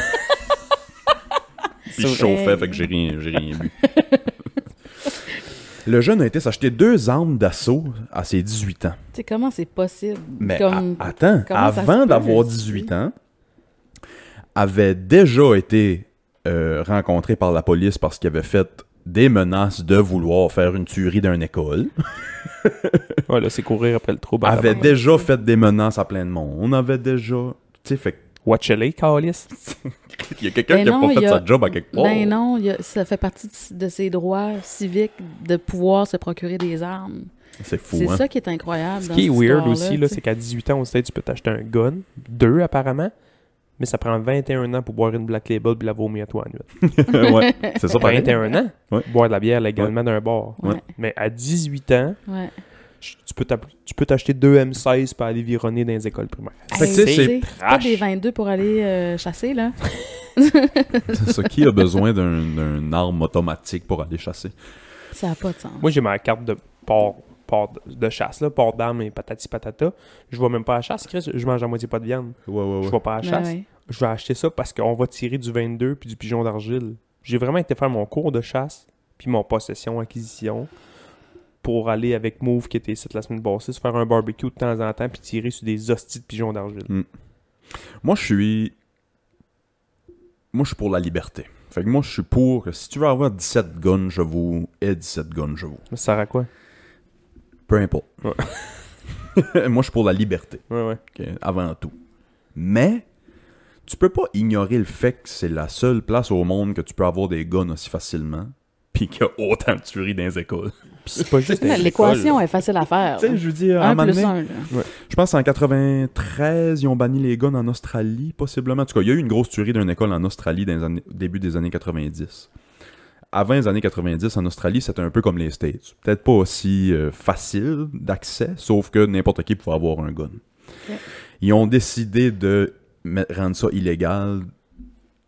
Speaker 1: Puis je
Speaker 3: vrai.
Speaker 1: chauffais, fait que j'ai rien, j'ai rien bu. Le jeune a été s'acheter deux armes d'assaut à ses 18 ans.
Speaker 3: Tu sais, comment c'est possible?
Speaker 1: Mais
Speaker 3: Comme-
Speaker 1: a- attends,
Speaker 3: comment ça se
Speaker 1: avant
Speaker 3: peut,
Speaker 1: d'avoir
Speaker 3: je sais.
Speaker 1: 18 ans, avait déjà été euh, rencontré par la police parce qu'il avait fait des menaces de vouloir faire une tuerie d'une école.
Speaker 2: ouais, là, c'est courir après le trou. ben,
Speaker 1: avait
Speaker 2: ben,
Speaker 1: déjà fait des menaces à plein de monde. On avait déjà... Tu sais, fait
Speaker 2: Watch LA, Calis.
Speaker 1: que- il y a quelqu'un
Speaker 3: Ben
Speaker 1: qui
Speaker 3: non,
Speaker 1: a pas
Speaker 3: il
Speaker 1: fait
Speaker 3: y a-
Speaker 1: sa job à quelque part.
Speaker 3: Ben non, il y a- ça fait partie de, de ses droits civiques de pouvoir se procurer des armes.
Speaker 1: C'est fou,
Speaker 3: C'est
Speaker 1: hein?
Speaker 3: ça qui est incroyable.
Speaker 2: Ce
Speaker 3: dans
Speaker 2: qui est
Speaker 3: cette
Speaker 2: weird
Speaker 3: histoire-là,
Speaker 2: aussi, là,
Speaker 3: tu
Speaker 2: c'est
Speaker 3: sais.
Speaker 2: qu'à 18 ans, aux States, tu peux t'acheter un gun, deux apparemment, mais ça prend 21 ans pour boire une Black Label puis la vomir à toi en nuit.
Speaker 1: ouais, c'est ça pareil.
Speaker 2: 21 ans?
Speaker 1: Ouais.
Speaker 2: Boire de la bière légalement d'un bar.
Speaker 1: Ouais.
Speaker 2: Mais à 18 ans,
Speaker 3: Ouais.
Speaker 2: je- tu peux t'app- tu peux t'acheter deux M16 pour aller vironner dans les écoles primaires.
Speaker 1: Fait que tu sais,
Speaker 3: Hey,
Speaker 1: c'est
Speaker 3: Ben, tu sais, pas
Speaker 2: trash.
Speaker 3: des 22 pour aller euh, chasser, là.
Speaker 1: C'est ça. Qui a besoin d'un- d'un arme automatique pour aller chasser?
Speaker 3: Ça n'a pas de sens.
Speaker 2: Moi, j'ai ma carte de port, port de- de chasse, là, port d'armes et patati patata. Je vois même pas à la chasse, Chris. Je mange à moitié pas de viande.
Speaker 1: Ouais, ouais,
Speaker 2: Je vais pas à la
Speaker 3: Ben
Speaker 2: chasse.
Speaker 3: ouais.
Speaker 2: Je vais acheter ça parce qu'on va tirer du 22 puis du pigeon d'argile. J'ai vraiment été faire mon cours de chasse puis mon possession-acquisition pour aller avec Move qui était ici la semaine passée, se faire un barbecue de temps en temps puis tirer sur des hosties de pigeons d'argile.
Speaker 1: Moi, je suis. Moi, je suis pour la liberté. Fait que moi, je suis pour que si tu veux avoir 17 guns, je vous. Et 17 guns, je vous.
Speaker 2: Mais ça sert à quoi?
Speaker 1: Peu importe. moi, je suis pour la liberté,
Speaker 2: Ouais, ouais.
Speaker 1: ok, avant tout. Mais, tu peux pas ignorer le fait que c'est la seule place au monde que tu peux avoir des guns aussi facilement, puis qu'il y a autant de tueries dans les écoles.
Speaker 2: Puis c'est pas juste...
Speaker 3: Mais L'équation est facile à faire.
Speaker 1: Tu sais, je veux dire, à un
Speaker 3: Un
Speaker 1: moment
Speaker 3: plus
Speaker 1: donné-
Speaker 3: un, là.
Speaker 1: Je pense en 93, ils ont banni les guns en Australie, possiblement. En tout cas, il y a eu une grosse tuerie d'une école en Australie dans les années- début des années 90. Avant les années 90, en Australie, c'était un peu comme les States. Peut-être pas aussi euh, facile d'accès, sauf que n'importe qui pouvait avoir un gun.
Speaker 3: Ouais.
Speaker 1: Ils ont décidé de mettre- rendre ça illégal.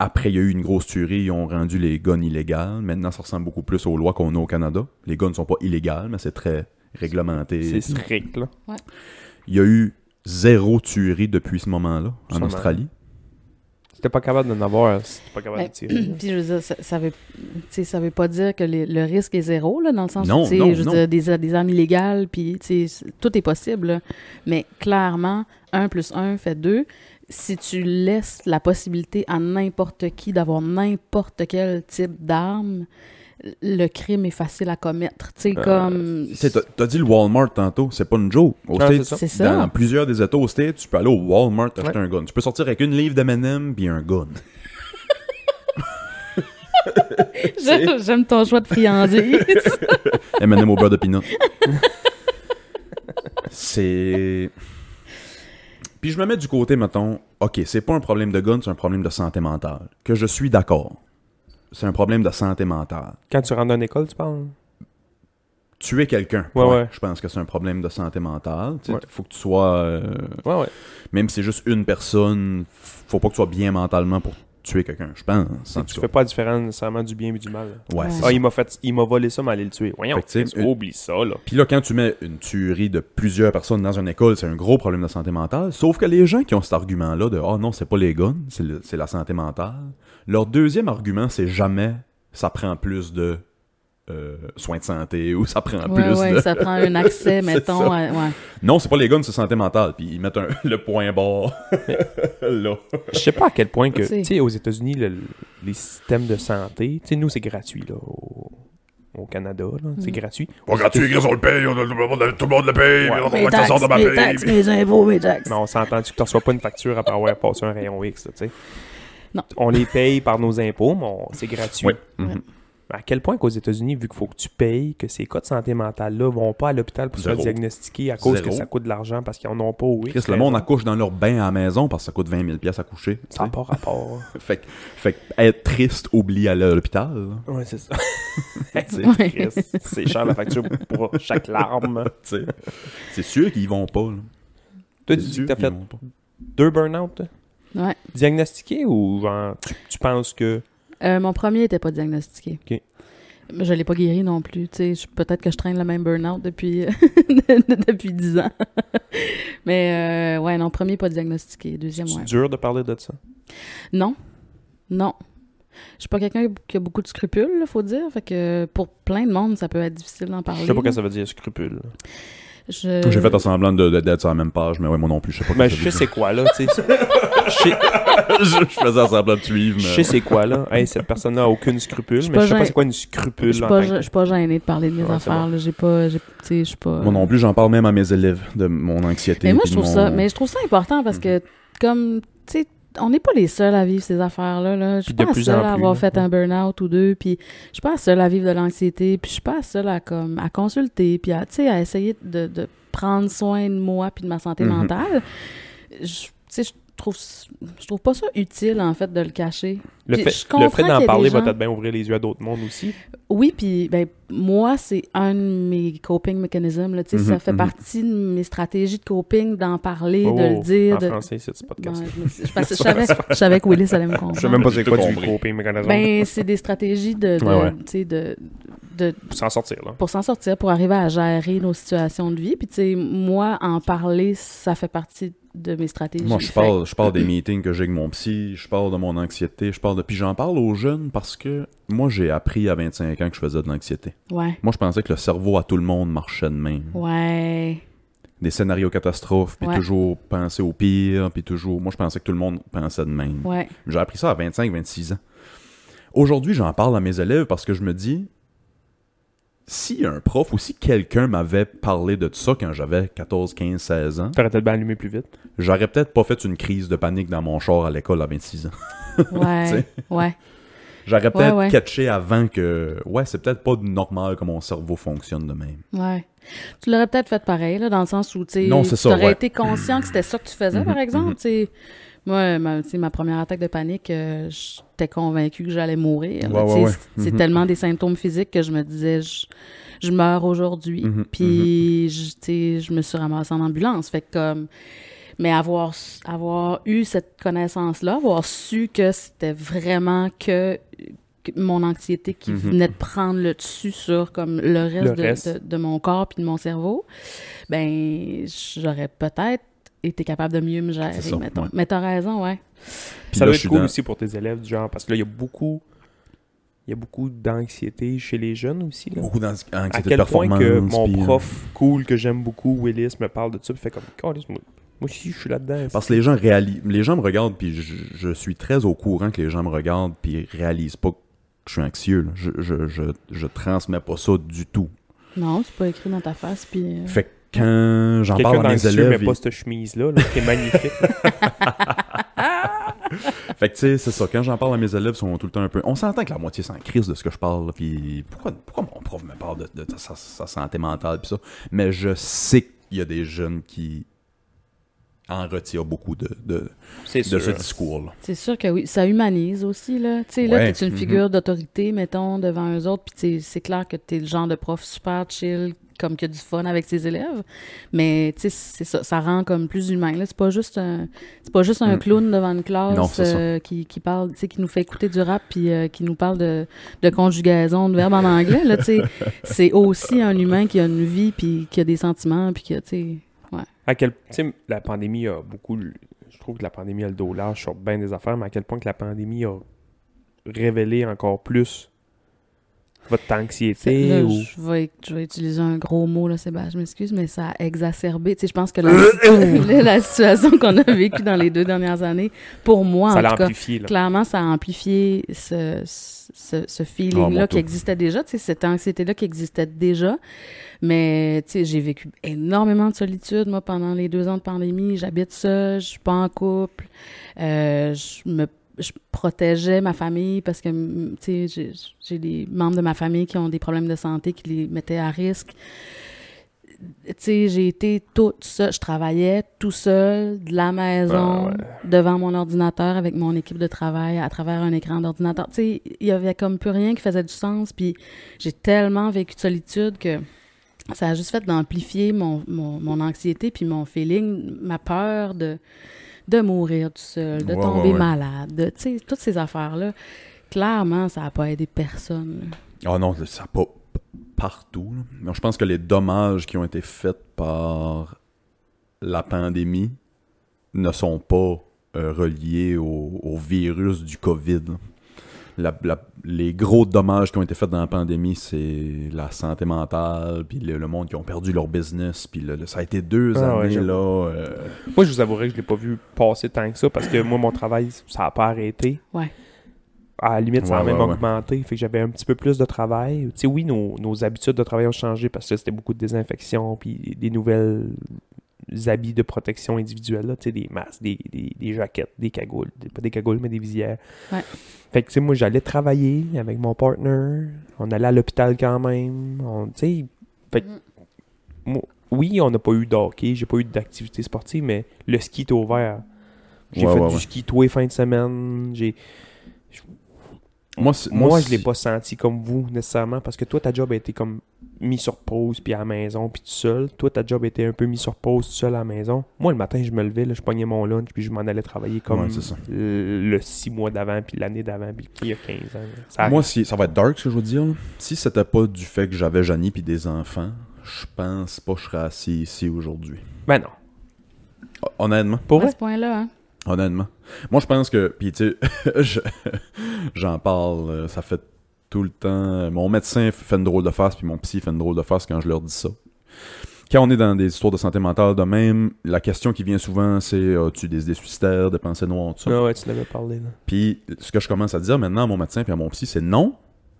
Speaker 1: Après, il y a eu une grosse tuerie, ils ont rendu les guns illégales. Maintenant, ça ressemble beaucoup plus aux lois qu'on a au Canada. Les guns ne sont pas illégales, mais c'est très réglementé.
Speaker 2: C'est strict, là.
Speaker 1: Il y a eu zéro tuerie depuis ce moment-là en
Speaker 2: Sûrement.
Speaker 1: Australie.
Speaker 2: Si t'es pas capable d'en avoir, si t'es pas capable
Speaker 3: Ben,
Speaker 2: de tirer.
Speaker 1: Mm.
Speaker 2: là.
Speaker 3: Puis je veux dire, ça, ça veut, tu sais, ça veut pas dire que les- le risque est zéro, là, dans le sens
Speaker 1: Non,
Speaker 3: où, tu sais,
Speaker 1: non,
Speaker 3: je veux
Speaker 1: non.
Speaker 3: dire, des, des armes illégales, puis, tu sais, c'est- tout est possible, là. Mais clairement, 1 plus 1 fait 2. Si tu laisses la possibilité à n'importe qui d'avoir n'importe quel type d'arme, le crime est facile à commettre. Tu sais,
Speaker 1: Euh,
Speaker 3: comme...
Speaker 1: Tu sais, t'as- T'as dit le Walmart tantôt, c'est pas une joke. Au
Speaker 2: Ah,
Speaker 1: States,
Speaker 2: c'est ça.
Speaker 3: C'est ça.
Speaker 1: Dans plusieurs des États au States, tu peux aller au Walmart acheter
Speaker 2: Ouais.
Speaker 1: un gun. Tu peux sortir avec une livre d'M&M puis un gun.
Speaker 3: J'aime j'aime ton choix de friandise.
Speaker 1: M&M au beurre de peanut. c'est... Puis je me mets du côté, mettons, OK, c'est pas un problème de gun, c'est un problème de santé mentale. Que je suis d'accord. C'est un problème de santé mentale.
Speaker 2: Quand tu rentres dans une école, tu parles?
Speaker 1: Tuer quelqu'un,
Speaker 2: Ouais,
Speaker 1: point.
Speaker 2: ouais.
Speaker 1: je pense que c'est un problème de santé mentale. Il
Speaker 2: Ouais.
Speaker 1: faut que tu sois... euh,
Speaker 2: Ouais, ouais.
Speaker 1: même si c'est juste une personne, faut pas que tu sois bien mentalement pour tuer quelqu'un, je pense. en
Speaker 2: Tu
Speaker 1: tout
Speaker 2: fais
Speaker 1: cas.
Speaker 2: pas la différence nécessairement du bien et du mal. là.
Speaker 1: Ouais, c'est
Speaker 3: Ah,
Speaker 1: ça.
Speaker 2: Ah, il m'a fait... Il m'a volé ça, mais allez le tuer. Voyons,
Speaker 1: Fait que, tu sais,
Speaker 2: Chris,
Speaker 1: une-
Speaker 2: oublie ça, là.
Speaker 1: Puis là, quand tu mets une tuerie de plusieurs personnes dans une école, c'est un gros problème de santé mentale. Sauf que les gens qui ont cet argument-là de Ah non, c'est pas les guns, c'est le- c'est la santé mentale, leur deuxième argument, c'est jamais ça prend plus de euh, soins de santé ou ça prend
Speaker 3: ouais,
Speaker 1: plus
Speaker 3: ouais,
Speaker 1: de.
Speaker 3: ça prend un accès, mettons.
Speaker 1: ça.
Speaker 3: à- ouais.
Speaker 1: Non, c'est pas les guns, c'est santé mentale. Puis ils mettent un- le point bas là.
Speaker 2: Je sais pas à quel point que,
Speaker 3: Tu sais.
Speaker 2: tu sais, aux États-Unis, le- les systèmes de santé, tu sais, nous, c'est gratuit, là, au, au Canada, là, c'est
Speaker 3: Mm.
Speaker 2: gratuit.
Speaker 1: Pas gratuit, Chris, on le paye, on a- tout le monde- tout le monde le paye,
Speaker 2: Ouais.
Speaker 1: on va
Speaker 3: Mes
Speaker 1: que ça sorte
Speaker 3: taxes,
Speaker 1: de ma paye.
Speaker 3: mes taxes, mes impôts, mes taxes.
Speaker 2: Mais on s'entend que tu reçois pas une facture après avoir passé un rayon X, là, tu sais.
Speaker 3: Non.
Speaker 2: On les paye par nos impôts, mais on- c'est gratuit.
Speaker 1: Ouais. Mhm.
Speaker 2: Mais à quel point qu'aux États-Unis, vu qu'il faut que tu payes, que ces cas de santé mentale-là vont pas à l'hôpital pour se
Speaker 1: Zéro.
Speaker 2: faire diagnostiquer à cause
Speaker 1: Zéro.
Speaker 2: que ça coûte de l'argent parce qu'ils en ont pas au ben,
Speaker 1: Chris, le monde accouche dans leur bain à la maison parce que ça coûte 20 000 pièces à coucher. tu
Speaker 3: Ah.
Speaker 2: Ça n'a
Speaker 1: sais.
Speaker 2: pas rapport.
Speaker 1: Fait, que- fait que être triste oublie à l'hôpital.
Speaker 2: ouais, c'est ça.
Speaker 1: sais.
Speaker 2: c'est triste. C'est cher la facture pour chaque larme.
Speaker 1: tu sais. C'est sûr qu'ils y vont pas. là.
Speaker 2: Toi,
Speaker 1: C'est
Speaker 2: tu dis
Speaker 1: sûr
Speaker 2: que t'as
Speaker 1: qu'ils
Speaker 2: fait
Speaker 1: vont pas.
Speaker 2: deux burn-out toi?
Speaker 3: Ouais.
Speaker 2: diagnostiqués ou genre, tu, tu penses que.
Speaker 3: Euh, mon premier était pas diagnostiqué.
Speaker 2: Ok.
Speaker 3: Mais Je l'ai pas guéri non plus. tu sais. Je- Peut-être que je traîne le même burn-out depuis, de- de- depuis 10 ans. Mais euh, ouais, non, premier pas diagnostiqué. Deuxième,
Speaker 2: C'est
Speaker 3: ouais.
Speaker 2: dur de parler de ça.
Speaker 3: Non. Non. Je suis pas quelqu'un qui a beaucoup de scrupules, là, faut dire. Fait que pour plein de monde, ça peut être difficile d'en parler.
Speaker 2: Je sais pas ce
Speaker 3: là.
Speaker 2: que ça veut dire, scrupule.
Speaker 3: Je-
Speaker 1: J'ai fait un semblant de- de- d'être sur la même page, mais ouais, moi non plus, je sais pas.
Speaker 2: Euh, Mais
Speaker 1: ce
Speaker 2: je
Speaker 1: que
Speaker 2: sais c'est quoi, là, tu sais. Je sais-
Speaker 1: je, je faisais un semblant de suivre,
Speaker 2: je
Speaker 1: mais.
Speaker 2: sais c'est quoi, là. Hey, cette personne-là a aucune scrupule,
Speaker 3: suis
Speaker 2: mais
Speaker 3: pas
Speaker 2: je sais pas
Speaker 3: gênée.
Speaker 2: c'est quoi une
Speaker 3: Je
Speaker 2: scrupule.
Speaker 3: suis
Speaker 2: en
Speaker 3: pas,
Speaker 2: tant que-
Speaker 3: je suis pas gênée de parler de mes
Speaker 2: hein. Ouais, c'est
Speaker 3: affaires.
Speaker 2: bon.
Speaker 3: là. J'ai pas. j'ai- Tu sais, je suis pas.
Speaker 1: Moi non plus, j'en parle même à mes élèves de mon anxiété.
Speaker 3: Mais moi,
Speaker 1: puis
Speaker 3: je
Speaker 1: de
Speaker 3: trouve ça,
Speaker 1: mon-
Speaker 3: mais je trouve ça important parce que, comme, tu sais, on n'est pas les seuls à vivre ces affaires-là. Là. Je
Speaker 2: Puis
Speaker 3: suis
Speaker 2: de
Speaker 3: pas la
Speaker 2: plus
Speaker 3: seule
Speaker 2: en
Speaker 3: à avoir
Speaker 2: plus,
Speaker 3: fait
Speaker 2: là.
Speaker 3: un burn-out ou deux, puis je suis pas la seule à vivre de l'anxiété, puis je suis pas la seule à, comme, à consulter, puis à, tu sais, à essayer de, de prendre soin de moi puis de ma santé
Speaker 1: Mhm.
Speaker 3: mentale. Je, tu sais, je trouve, s- je trouve pas ça utile, en fait, de le cacher.
Speaker 2: Le
Speaker 3: Puis
Speaker 2: fait,
Speaker 3: je
Speaker 2: le
Speaker 3: comprends
Speaker 2: fait
Speaker 3: qu'il y a
Speaker 2: d'en
Speaker 3: des
Speaker 2: parler va
Speaker 3: gens-
Speaker 2: peut-être bien ouvrir les yeux à d'autres mondes aussi.
Speaker 3: Oui, puis ben, moi, c'est un de mes coping mechanisms. Là, tu sais,
Speaker 1: Mhm,
Speaker 3: ça fait
Speaker 1: mhm.
Speaker 3: partie de mes stratégies de coping, d'en parler,
Speaker 2: Oh,
Speaker 3: de le dire.
Speaker 2: En
Speaker 3: de-
Speaker 2: français, c'est ce
Speaker 3: Ouais,
Speaker 2: podcast.
Speaker 3: je me suis- je parce que je savais, je savais que Willis allait me
Speaker 2: Je sais
Speaker 3: comprendre.
Speaker 2: même pas
Speaker 1: J'ai
Speaker 2: c'est
Speaker 1: tout
Speaker 2: quoi du
Speaker 1: compris.
Speaker 2: coping mécanisme.
Speaker 3: Ben, c'est des stratégies de, de,
Speaker 1: Ouais, ouais.
Speaker 3: tu sais, de- de-
Speaker 2: Pour s'en sortir, là.
Speaker 3: pour s'en sortir, pour arriver à gérer nos situations de vie. Puis, tu sais, moi, en parler, ça fait partie de mes stratégies.
Speaker 1: Moi, je
Speaker 3: Fait
Speaker 1: parle, je parle des meetings que j'ai avec mon psy, je parle de mon anxiété, je parle de. Puis j'en parle aux jeunes parce que moi, j'ai appris à 25 ans que je faisais de l'anxiété.
Speaker 3: que- Ouais.
Speaker 1: Moi, je pensais que le cerveau à tout le monde marchait de même.
Speaker 3: Ouais.
Speaker 1: Des scénarios catastrophes, puis
Speaker 3: Ouais.
Speaker 1: toujours penser au pire, puis toujours. Moi, je pensais que tout le monde pensait de même.
Speaker 3: Ouais.
Speaker 1: J'ai appris ça à 25-26 ans. Aujourd'hui, j'en parle à mes élèves parce que je me dis, si un prof ou si quelqu'un m'avait parlé de ça quand j'avais 14, 15, 16 ans,
Speaker 2: T'aurais peut-être bien allumé plus vite.
Speaker 1: j'aurais peut-être pas fait une crise de panique dans mon char à l'école à 26 ans.
Speaker 3: Ouais.
Speaker 1: sais.
Speaker 3: ouais.
Speaker 1: J'aurais peut-être
Speaker 3: ouais.
Speaker 1: catché avant que, ouais, c'est peut-être pas normal que mon cerveau fonctionne de même.
Speaker 3: Ouais. Tu l'aurais peut-être fait pareil, là, dans le sens où, tu sais,
Speaker 1: Non, c'est ça,
Speaker 3: aurais
Speaker 1: ouais. Mm-hmm,
Speaker 3: été conscient que c'était ça que tu faisais, par exemple, tu sais. Moi, ma, tu sais, ma première attaque de panique, euh, j'étais convaincue que j'allais mourir. là,
Speaker 1: Ouais,
Speaker 3: tu sais,
Speaker 1: ouais, Mm-hmm. ouais.
Speaker 3: C'est c'est tellement des symptômes physiques que je me disais, je, je meurs aujourd'hui.
Speaker 1: Mm-hmm,
Speaker 3: Puis, je- tu sais, je me suis ramassée en ambulance. Fait que, comme, mais avoir, s- avoir eu cette connaissance-là, avoir su que c'était vraiment que, que mon anxiété
Speaker 1: Mm-hmm,
Speaker 3: qui venait de prendre le dessus sur comme le reste,
Speaker 2: Le
Speaker 3: de-
Speaker 2: reste.
Speaker 3: De, de mon corps puis de mon cerveau, ben j'aurais peut-être été capable de mieux me gérer,
Speaker 1: C'est ça,
Speaker 3: mettons.
Speaker 1: ouais.
Speaker 3: Mais t'as raison, ouais.
Speaker 1: Puis
Speaker 2: ça
Speaker 1: là,
Speaker 2: doit
Speaker 1: je
Speaker 2: être
Speaker 1: suis
Speaker 2: cool
Speaker 1: dans-
Speaker 2: aussi pour tes élèves, du genre, parce que là, il y a beaucoup. Il y a beaucoup d'anxiété chez les jeunes aussi. Là.
Speaker 1: Beaucoup d'anxiété
Speaker 2: à
Speaker 1: de
Speaker 2: quel point
Speaker 1: performance.
Speaker 2: que mon
Speaker 1: puis, euh,
Speaker 2: prof cool que j'aime beaucoup, Willis, me parle de ça, puis fait comme, Calisse, moi, moi aussi, je suis là-dedans.
Speaker 1: Parce que les gens réalisent, les gens me regardent, puis je, je suis très au courant que les gens me regardent, puis réalisent pas que je suis anxieux. là. Je, je, je, je transmets pas ça du tout.
Speaker 3: Non, c'est pas écrit dans ta face, puis... euh,
Speaker 1: Fait que quand j'en
Speaker 2: Quelqu'un
Speaker 1: parle à mes
Speaker 2: d'anxieux
Speaker 1: élèves,
Speaker 2: met pas cette chemise-là, là, qui est magnifique.
Speaker 1: ils- fait que tu sais, c'est ça. Quand j'en parle à mes élèves, ils sont tout le temps un peu. On s'entend que la moitié s'en crise de ce que je parle, là, puis pourquoi, pourquoi mon prof me parle de, de sa, sa santé mentale, puis ça. Mais je sais qu'il y a des jeunes qui en retirent beaucoup de, de,
Speaker 2: C'est
Speaker 1: de
Speaker 2: sûr.
Speaker 1: ce discours-là.
Speaker 3: C'est sûr que oui, ça humanise aussi, là. Tu sais, là,
Speaker 1: Ouais,
Speaker 3: t'es une
Speaker 1: mhm.
Speaker 3: figure d'autorité, mettons, devant eux autres, puis t'sais, c'est clair que t'es le genre de prof super chill, comme qui a du fun avec ses élèves, mais tu sais, c'est ça, ça rend comme plus humain, là. C'est pas juste un, c'est pas juste un
Speaker 1: Mm.
Speaker 3: clown devant une classe
Speaker 1: Non, c'est ça.
Speaker 3: euh, qui, qui parle, tu sais, qui nous fait écouter du rap, puis euh, qui nous parle de, de conjugaison de verbes en anglais, là, tu sais. c'est aussi un humain qui a une vie, puis qui a des sentiments, puis qui a, tu sais...
Speaker 2: À quel... tu sais, la pandémie a beaucoup... le- Je trouve que la pandémie a le dos large sur bien des affaires, mais à quel point que la pandémie a révélé encore plus votre anxiété
Speaker 3: Là,
Speaker 2: ou...
Speaker 3: je, vais, je vais utiliser un gros mot, là, Sébastien, je m'excuse, mais ça a exacerbé. Tu sais, je pense que
Speaker 2: Euh,
Speaker 3: la, la situation qu'on a vécue dans les deux dernières années, pour moi,
Speaker 2: Ça
Speaker 3: en
Speaker 2: l'a
Speaker 3: tout cas,
Speaker 2: amplifié, là.
Speaker 3: clairement, ça a amplifié ce, ce, ce
Speaker 1: Ah,
Speaker 3: feeling-là
Speaker 1: mon
Speaker 3: qui
Speaker 1: taux.
Speaker 3: existait déjà, tu sais, cette anxiété-là qui existait déjà. Mais, tu sais, j'ai vécu énormément de solitude, moi, pendant les deux ans de pandémie. J'habite seule, je suis pas en couple. Euh, je me je protégeais ma famille parce que, mm, tu sais, j'ai- j'ai des membres de ma famille qui ont des problèmes de santé qui les mettaient à risque. Tu sais, j'ai été toute seule. Je travaillais tout seul de la
Speaker 2: Ah
Speaker 3: maison,
Speaker 2: ouais.
Speaker 3: devant mon ordinateur, avec mon équipe de travail, à travers un écran d'ordinateur. Tu sais, il y avait comme plus rien qui faisait du sens. Puis j'ai tellement vécu de solitude que ça a juste fait d'amplifier mon, mon, mon anxiété puis mon feeling, ma peur de, de mourir tout seul, de
Speaker 1: Ouais,
Speaker 3: tomber
Speaker 1: ouais, ouais.
Speaker 3: malade, de- tu sais, toutes ces affaires-là. Clairement, ça n'a pas aidé personne. là.
Speaker 1: Ah non, ça pop partout. là. Mais je pense que les dommages qui ont été faits par la pandémie ne sont pas euh, reliés au, au virus du COVID. là. La- la- les gros dommages qui ont été faits dans la pandémie, c'est la santé mentale, puis le, le monde qui ont perdu leur business, puis le- le- ça a été deux
Speaker 2: Ah ouais,
Speaker 1: années
Speaker 2: j'avoue.
Speaker 1: là. euh,
Speaker 2: Moi, je vous avouerai que je l'ai pas vu passer tant que ça parce que moi, mon travail, ça n'a pas arrêté.
Speaker 3: Ouais.
Speaker 2: À la limite, ça a
Speaker 1: Ouais,
Speaker 2: même
Speaker 1: ouais, ouais.
Speaker 2: augmenté. Fait que j'avais un petit peu plus de travail. Tu sais, oui, nos, nos habitudes de travail ont changé parce que là, c'était beaucoup de désinfection puis des nouvelles habits de protection individuelle. là. Tu sais, des masques, des, des- des jaquettes, des cagoules. Des- pas des cagoules, mais des visières.
Speaker 3: Ouais.
Speaker 2: Fait que, tu sais, moi, j'allais travailler avec mon partner. On allait à l'hôpital quand même. On, tu sais,
Speaker 3: Mm.
Speaker 2: oui, on n'a pas eu de hockey, j'ai pas eu d'activité sportive, mais le ski est ouvert. J'ai
Speaker 1: Ouais,
Speaker 2: fait
Speaker 1: ouais,
Speaker 2: du
Speaker 1: ouais.
Speaker 2: ski tous les fins de semaine. J'ai...
Speaker 1: Moi, c'est-
Speaker 2: Moi,
Speaker 1: moi,
Speaker 2: je l'ai
Speaker 1: c'est-
Speaker 2: pas senti comme vous nécessairement parce que toi, ta job a été comme mis sur pause puis à la maison puis tout seul. Toi, ta job était un peu mis sur pause tout seul à la maison. Moi, le matin, je me levais, là, je pognais mon lunch puis je m'en allais travailler comme
Speaker 1: Ouais, c'est ça.
Speaker 2: le le six mois d'avant puis l'année d'avant puis il y a 15 ans. là. Ça
Speaker 1: Moi, si, ça va être dark ce que je veux dire. là. Si c'était pas du fait que j'avais Janie puis des enfants, je pense pas que je serais assis ici aujourd'hui.
Speaker 2: arrive. Ben non.
Speaker 1: Hon- Honnêtement.
Speaker 2: Pour
Speaker 3: À
Speaker 2: vrai?
Speaker 3: ce point-là, hein?
Speaker 1: Honnêtement. Moi, je pense que. Puis, tu sais, je- j'en parle, euh, ça fait tout le temps. Mon médecin f- fait une drôle de face, puis mon psy fait une drôle de face quand je leur dis ça. Quand on est dans des histoires de santé mentale de même, la question qui vient souvent, c'est As-tu des idées suicidaires, des pensées noires, tout ça
Speaker 2: Non, Ah ouais, tu l'avais parlé. Là.
Speaker 1: Puis, ce que je commence à dire maintenant à mon médecin puis à mon psy, c'est non,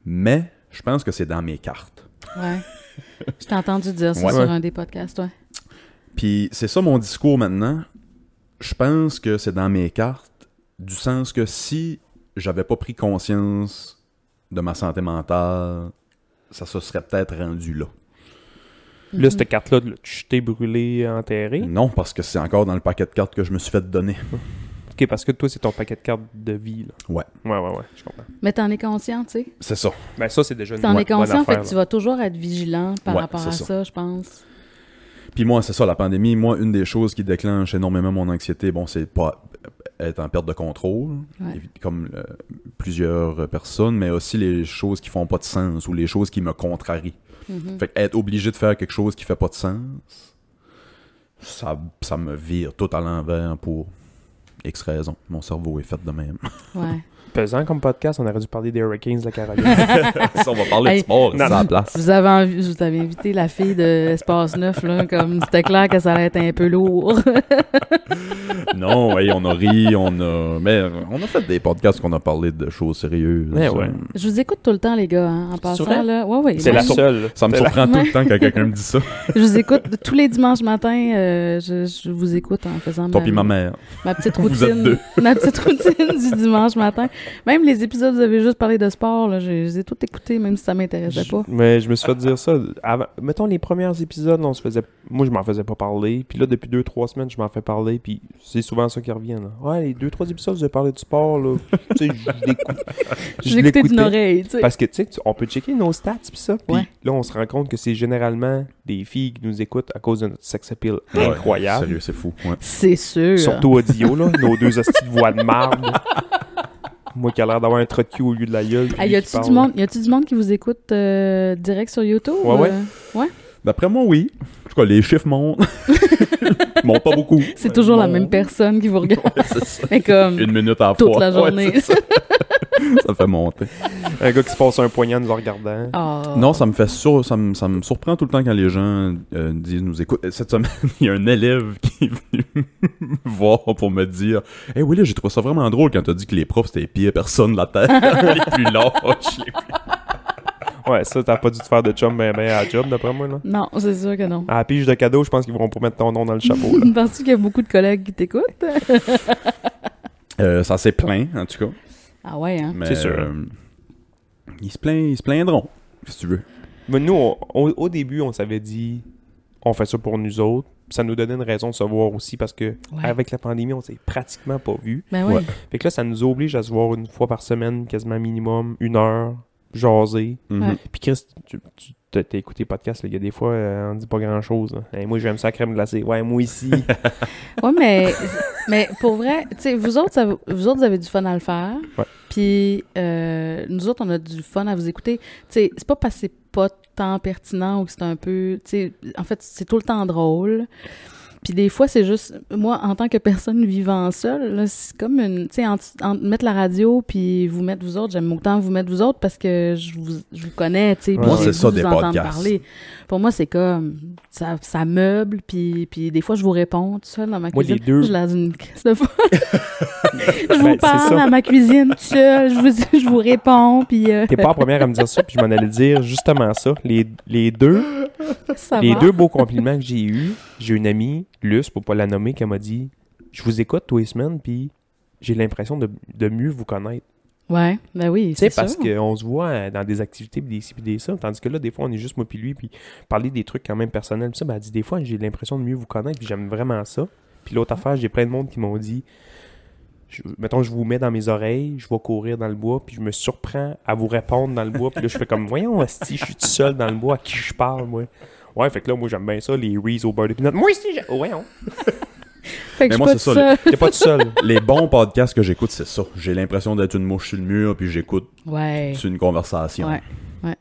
Speaker 1: mais je pense que c'est dans mes cartes.
Speaker 3: Ouais. Je t'ai entendu dire ça
Speaker 1: Ouais.
Speaker 3: sur
Speaker 2: Ouais.
Speaker 3: un des podcasts, ouais.
Speaker 1: Puis c'est ça mon discours maintenant. Je pense que c'est dans mes cartes, du sens que si j'avais pas pris conscience de ma santé mentale, ça se serait peut-être rendu là.
Speaker 2: Là, cette carte-là, là, tu t'es brûlé, enterré.
Speaker 1: Non, parce que c'est encore dans le paquet de cartes que je me suis fait donner.
Speaker 2: Ok, parce que toi, c'est ton paquet de cartes de vie. Là.
Speaker 1: Ouais,
Speaker 2: Ouais, ouais, ouais, je comprends.
Speaker 3: Mais t'en es conscient, tu sais.
Speaker 1: c'est ça.
Speaker 2: Ben, ça, c'est déjà une
Speaker 3: T'en
Speaker 2: bonne
Speaker 3: es conscient, fait
Speaker 2: affaire,
Speaker 3: que tu
Speaker 2: là.
Speaker 3: vas toujours être vigilant par
Speaker 1: Ouais,
Speaker 3: rapport
Speaker 1: c'est
Speaker 3: à
Speaker 1: ça.
Speaker 3: ça. je pense.
Speaker 1: Puis moi, c'est ça, la pandémie, moi, une des choses qui déclenche énormément mon anxiété, bon, c'est pas être en perte de contrôle,
Speaker 3: Ouais.
Speaker 1: évi- comme euh, plusieurs personnes, mais aussi les choses qui font pas de sens ou les choses qui me contrarient.
Speaker 3: Mhm.
Speaker 1: Fait que être obligé de faire quelque chose qui fait pas de sens, ça, ça me vire tout à l'envers pour X raison. Mon cerveau est fait de même.
Speaker 3: Ouais.
Speaker 2: Pesant comme podcast, on aurait dû parler des Hurricanes de la Caroline.
Speaker 1: ça, on va parler
Speaker 3: Hey,
Speaker 1: de sport,
Speaker 2: non,
Speaker 1: c'est à la place.
Speaker 3: Vous avez envi- je vous avais invité la fille de Espace 9, là, comme c'était clair que ça allait être un peu lourd.
Speaker 1: non, hey, on a ri, on a... Mais on a fait des podcasts qu'on a parlé de choses sérieuses.
Speaker 2: Mais ouais.
Speaker 3: je vous écoute tout le temps, les gars, hein, en passant,
Speaker 2: vrai?
Speaker 3: là. Ouais, ouais,
Speaker 2: c'est
Speaker 3: moi,
Speaker 2: la
Speaker 3: je-
Speaker 2: seule.
Speaker 1: Ça me
Speaker 2: C'est la-
Speaker 1: surprend tout le temps quand quelqu'un me dit ça.
Speaker 3: Je vous écoute tous les dimanches matin. euh, je, je vous écoute en faisant
Speaker 1: Toi pis ma mère.
Speaker 3: ma petite
Speaker 1: Vous
Speaker 3: routine.
Speaker 1: êtes deux.
Speaker 3: Ma petite routine du dimanche matin. Même les épisodes, vous avez juste parlé de sport. Là, je, je les ai tous écoutés, même si ça m'intéressait pas.
Speaker 2: Mais je me suis fait dire ça. Avant... Mettons les premiers épisodes, on se faisait. Moi, je m'en faisais pas parler. Puis là, depuis deux, trois semaines, je m'en fais parler. Puis c'est souvent ça qui revient. là. Ouais, les deux, trois épisodes, vous avez parlé du sport. Là. tu sais, je l'écoute.
Speaker 3: Je l'écoutais d'une
Speaker 2: l'écoutais.
Speaker 3: oreille, tu sais.
Speaker 2: Parce que, tu sais, tu- on peut checker nos stats pis ça. Puis
Speaker 3: Ouais.
Speaker 2: là, on se rend compte que c'est généralement des filles qui nous écoutent à cause de notre sex appeal
Speaker 1: Ouais,
Speaker 2: incroyable.
Speaker 1: Sérieux, c'est fou. ouais.
Speaker 3: C'est sûr.
Speaker 2: Surtout audio, là. nos deux hosties de voix de marbre. Moi qui a l'air d'avoir un trou de cul au lieu de la gueule. puis
Speaker 3: Ah,
Speaker 2: lui
Speaker 3: y
Speaker 2: qui
Speaker 3: a-tu du
Speaker 2: parle.
Speaker 3: monde, y a-tu du monde qui vous écoute euh, direct sur YouTube?
Speaker 2: Ouais, ouais.
Speaker 3: euh,
Speaker 1: D'après moi, oui. En tout cas, les chiffres montent. Ils montent pas beaucoup.
Speaker 3: C'est toujours la
Speaker 1: Bon.
Speaker 3: même personne qui vous regarde.
Speaker 1: C'est ça.
Speaker 3: Mais comme
Speaker 1: Une minute à la
Speaker 3: toute
Speaker 1: fois.
Speaker 3: la
Speaker 1: Ouais,
Speaker 3: journée.
Speaker 1: c'est- ça fait monter.
Speaker 2: Un gars qui se passe un poignant en nous regardant.
Speaker 3: Ah.
Speaker 1: Non, ça me fait sur, ça me, ça me surprend tout le temps quand les gens euh, disent nous écoute. Cette semaine, il y a un élève qui est venu me voir pour me dire Hey Willy, j'ai trouvé ça vraiment drôle quand t'as dit que les profs c'était les pires personnes de la terre, les plus lâches. les plus-
Speaker 3: Ah.
Speaker 2: Ouais, ça, t'as pas dû te faire de chum ben, ben à la job, d'après moi, là.
Speaker 3: Non, c'est sûr que non.
Speaker 2: À la pige de cadeaux, je pense qu'ils vont pas mettre ton nom dans le chapeau, là.
Speaker 3: Penses-tu qu'il y a beaucoup de collègues qui t'écoutent?
Speaker 1: Euh, ça s'est plaint, en tout cas.
Speaker 3: Ah ouais, hein?
Speaker 1: Mais,
Speaker 2: C'est sûr.
Speaker 1: euh, ils, se plaint- ils se plaindront, si tu veux.
Speaker 2: Mais nous, on- au, au début, on s'avait dit, on fait ça pour nous autres. Ça nous donnait une raison de se voir aussi parce que
Speaker 3: Ouais.
Speaker 2: Mm. avec la pandémie, on s'est pratiquement pas vu.
Speaker 3: Ben oui.
Speaker 1: Ouais.
Speaker 2: Fait que là, ça nous oblige à se voir une fois par semaine, quasiment minimum, une heure, jaser.
Speaker 1: Mhm.
Speaker 3: Ouais.
Speaker 2: Puis Chris, tu, tu t'as- t'as écouté podcast, là, il y a des fois, euh, on dit pas grand-chose. là. Hey, moi, j'aime ça, la crème glacée. Ouais, moi ici.
Speaker 3: Ouais, mais, mais pour vrai, tu sais, vous autres, ça- vous autres, vous avez du fun à le faire.
Speaker 2: Ouais.
Speaker 3: Puis euh, nous autres, on a du fun à vous écouter. Tu sais, c'est pas parce que c'est pas tant pertinent ou que c'est un peu. Tu sais, en fait, c'est tout le temps drôle. Puis des fois, c'est juste. Moi, en tant que personne vivant seule, là, c'est comme une. Tu sais, entre, entre mettre la radio puis vous mettre vous autres, j'aime autant vous mettre vous autres parce que je vous, je vous connais, tu sais. puis
Speaker 2: Moi,
Speaker 3: j'ai
Speaker 1: c'est
Speaker 3: le
Speaker 1: ça,
Speaker 3: goût de
Speaker 1: des
Speaker 3: vous entendre
Speaker 1: podcasts.
Speaker 3: parler. Pour moi, c'est comme. Ça, ça meuble, puis, puis des fois, je vous réponds tout seul dans ma
Speaker 2: Moi, les
Speaker 3: cuisine.
Speaker 2: deux.
Speaker 3: Je suis dans une crise de folle. je
Speaker 2: Ben,
Speaker 3: vous
Speaker 2: c'est
Speaker 3: parle
Speaker 2: ça.
Speaker 3: à ma cuisine tout seul, je vous, je vous réponds, puis euh,
Speaker 2: T'es pas la première à me dire ça, puis je m'en allais dire justement ça. Les, les deux,
Speaker 3: ça
Speaker 2: les
Speaker 3: va.
Speaker 2: deux beaux compliments que j'ai eus, j'ai une amie, Luce, pour pas la nommer, qui m'a dit Je vous écoute tous les semaines, puis j'ai l'impression de, de mieux vous connaître.
Speaker 3: Ouais, ben oui,
Speaker 2: Tu sais,
Speaker 3: c'est
Speaker 2: parce
Speaker 3: sûr.
Speaker 2: qu'on se voit euh, dans des activités, puis des ci, puis des ça. Tandis que là, des fois, on est juste moi, puis lui, puis parler des trucs quand même personnels. Puis ça, ben, elle dit Des fois, j'ai l'impression de mieux vous connaître, puis j'aime vraiment ça. Puis l'autre affaire, j'ai plein de monde qui m'ont dit je- Mettons, je vous mets dans mes oreilles, je vais courir dans le bois, puis je me surprends à vous répondre dans le bois. Puis là, je fais comme Voyons, si je suis tout seul dans le bois, à qui je parle, moi Ouais, fait que là, moi, j'aime bien ça, les Reese au beurre de peanut. Moi aussi, j'ai- oh, voyons.
Speaker 3: Fait que
Speaker 1: Mais Ben,
Speaker 3: je
Speaker 1: moi,
Speaker 3: suis pas
Speaker 1: c'est
Speaker 3: tout
Speaker 1: ça,
Speaker 3: seul.
Speaker 2: T'es pas tout seul.
Speaker 1: Les bons podcasts que j'écoute, c'est ça. J'ai l'impression d'être une mouche sur le mur, puis j'écoute
Speaker 3: Ouais,
Speaker 1: c'est une conversation.
Speaker 3: ouais, ouais.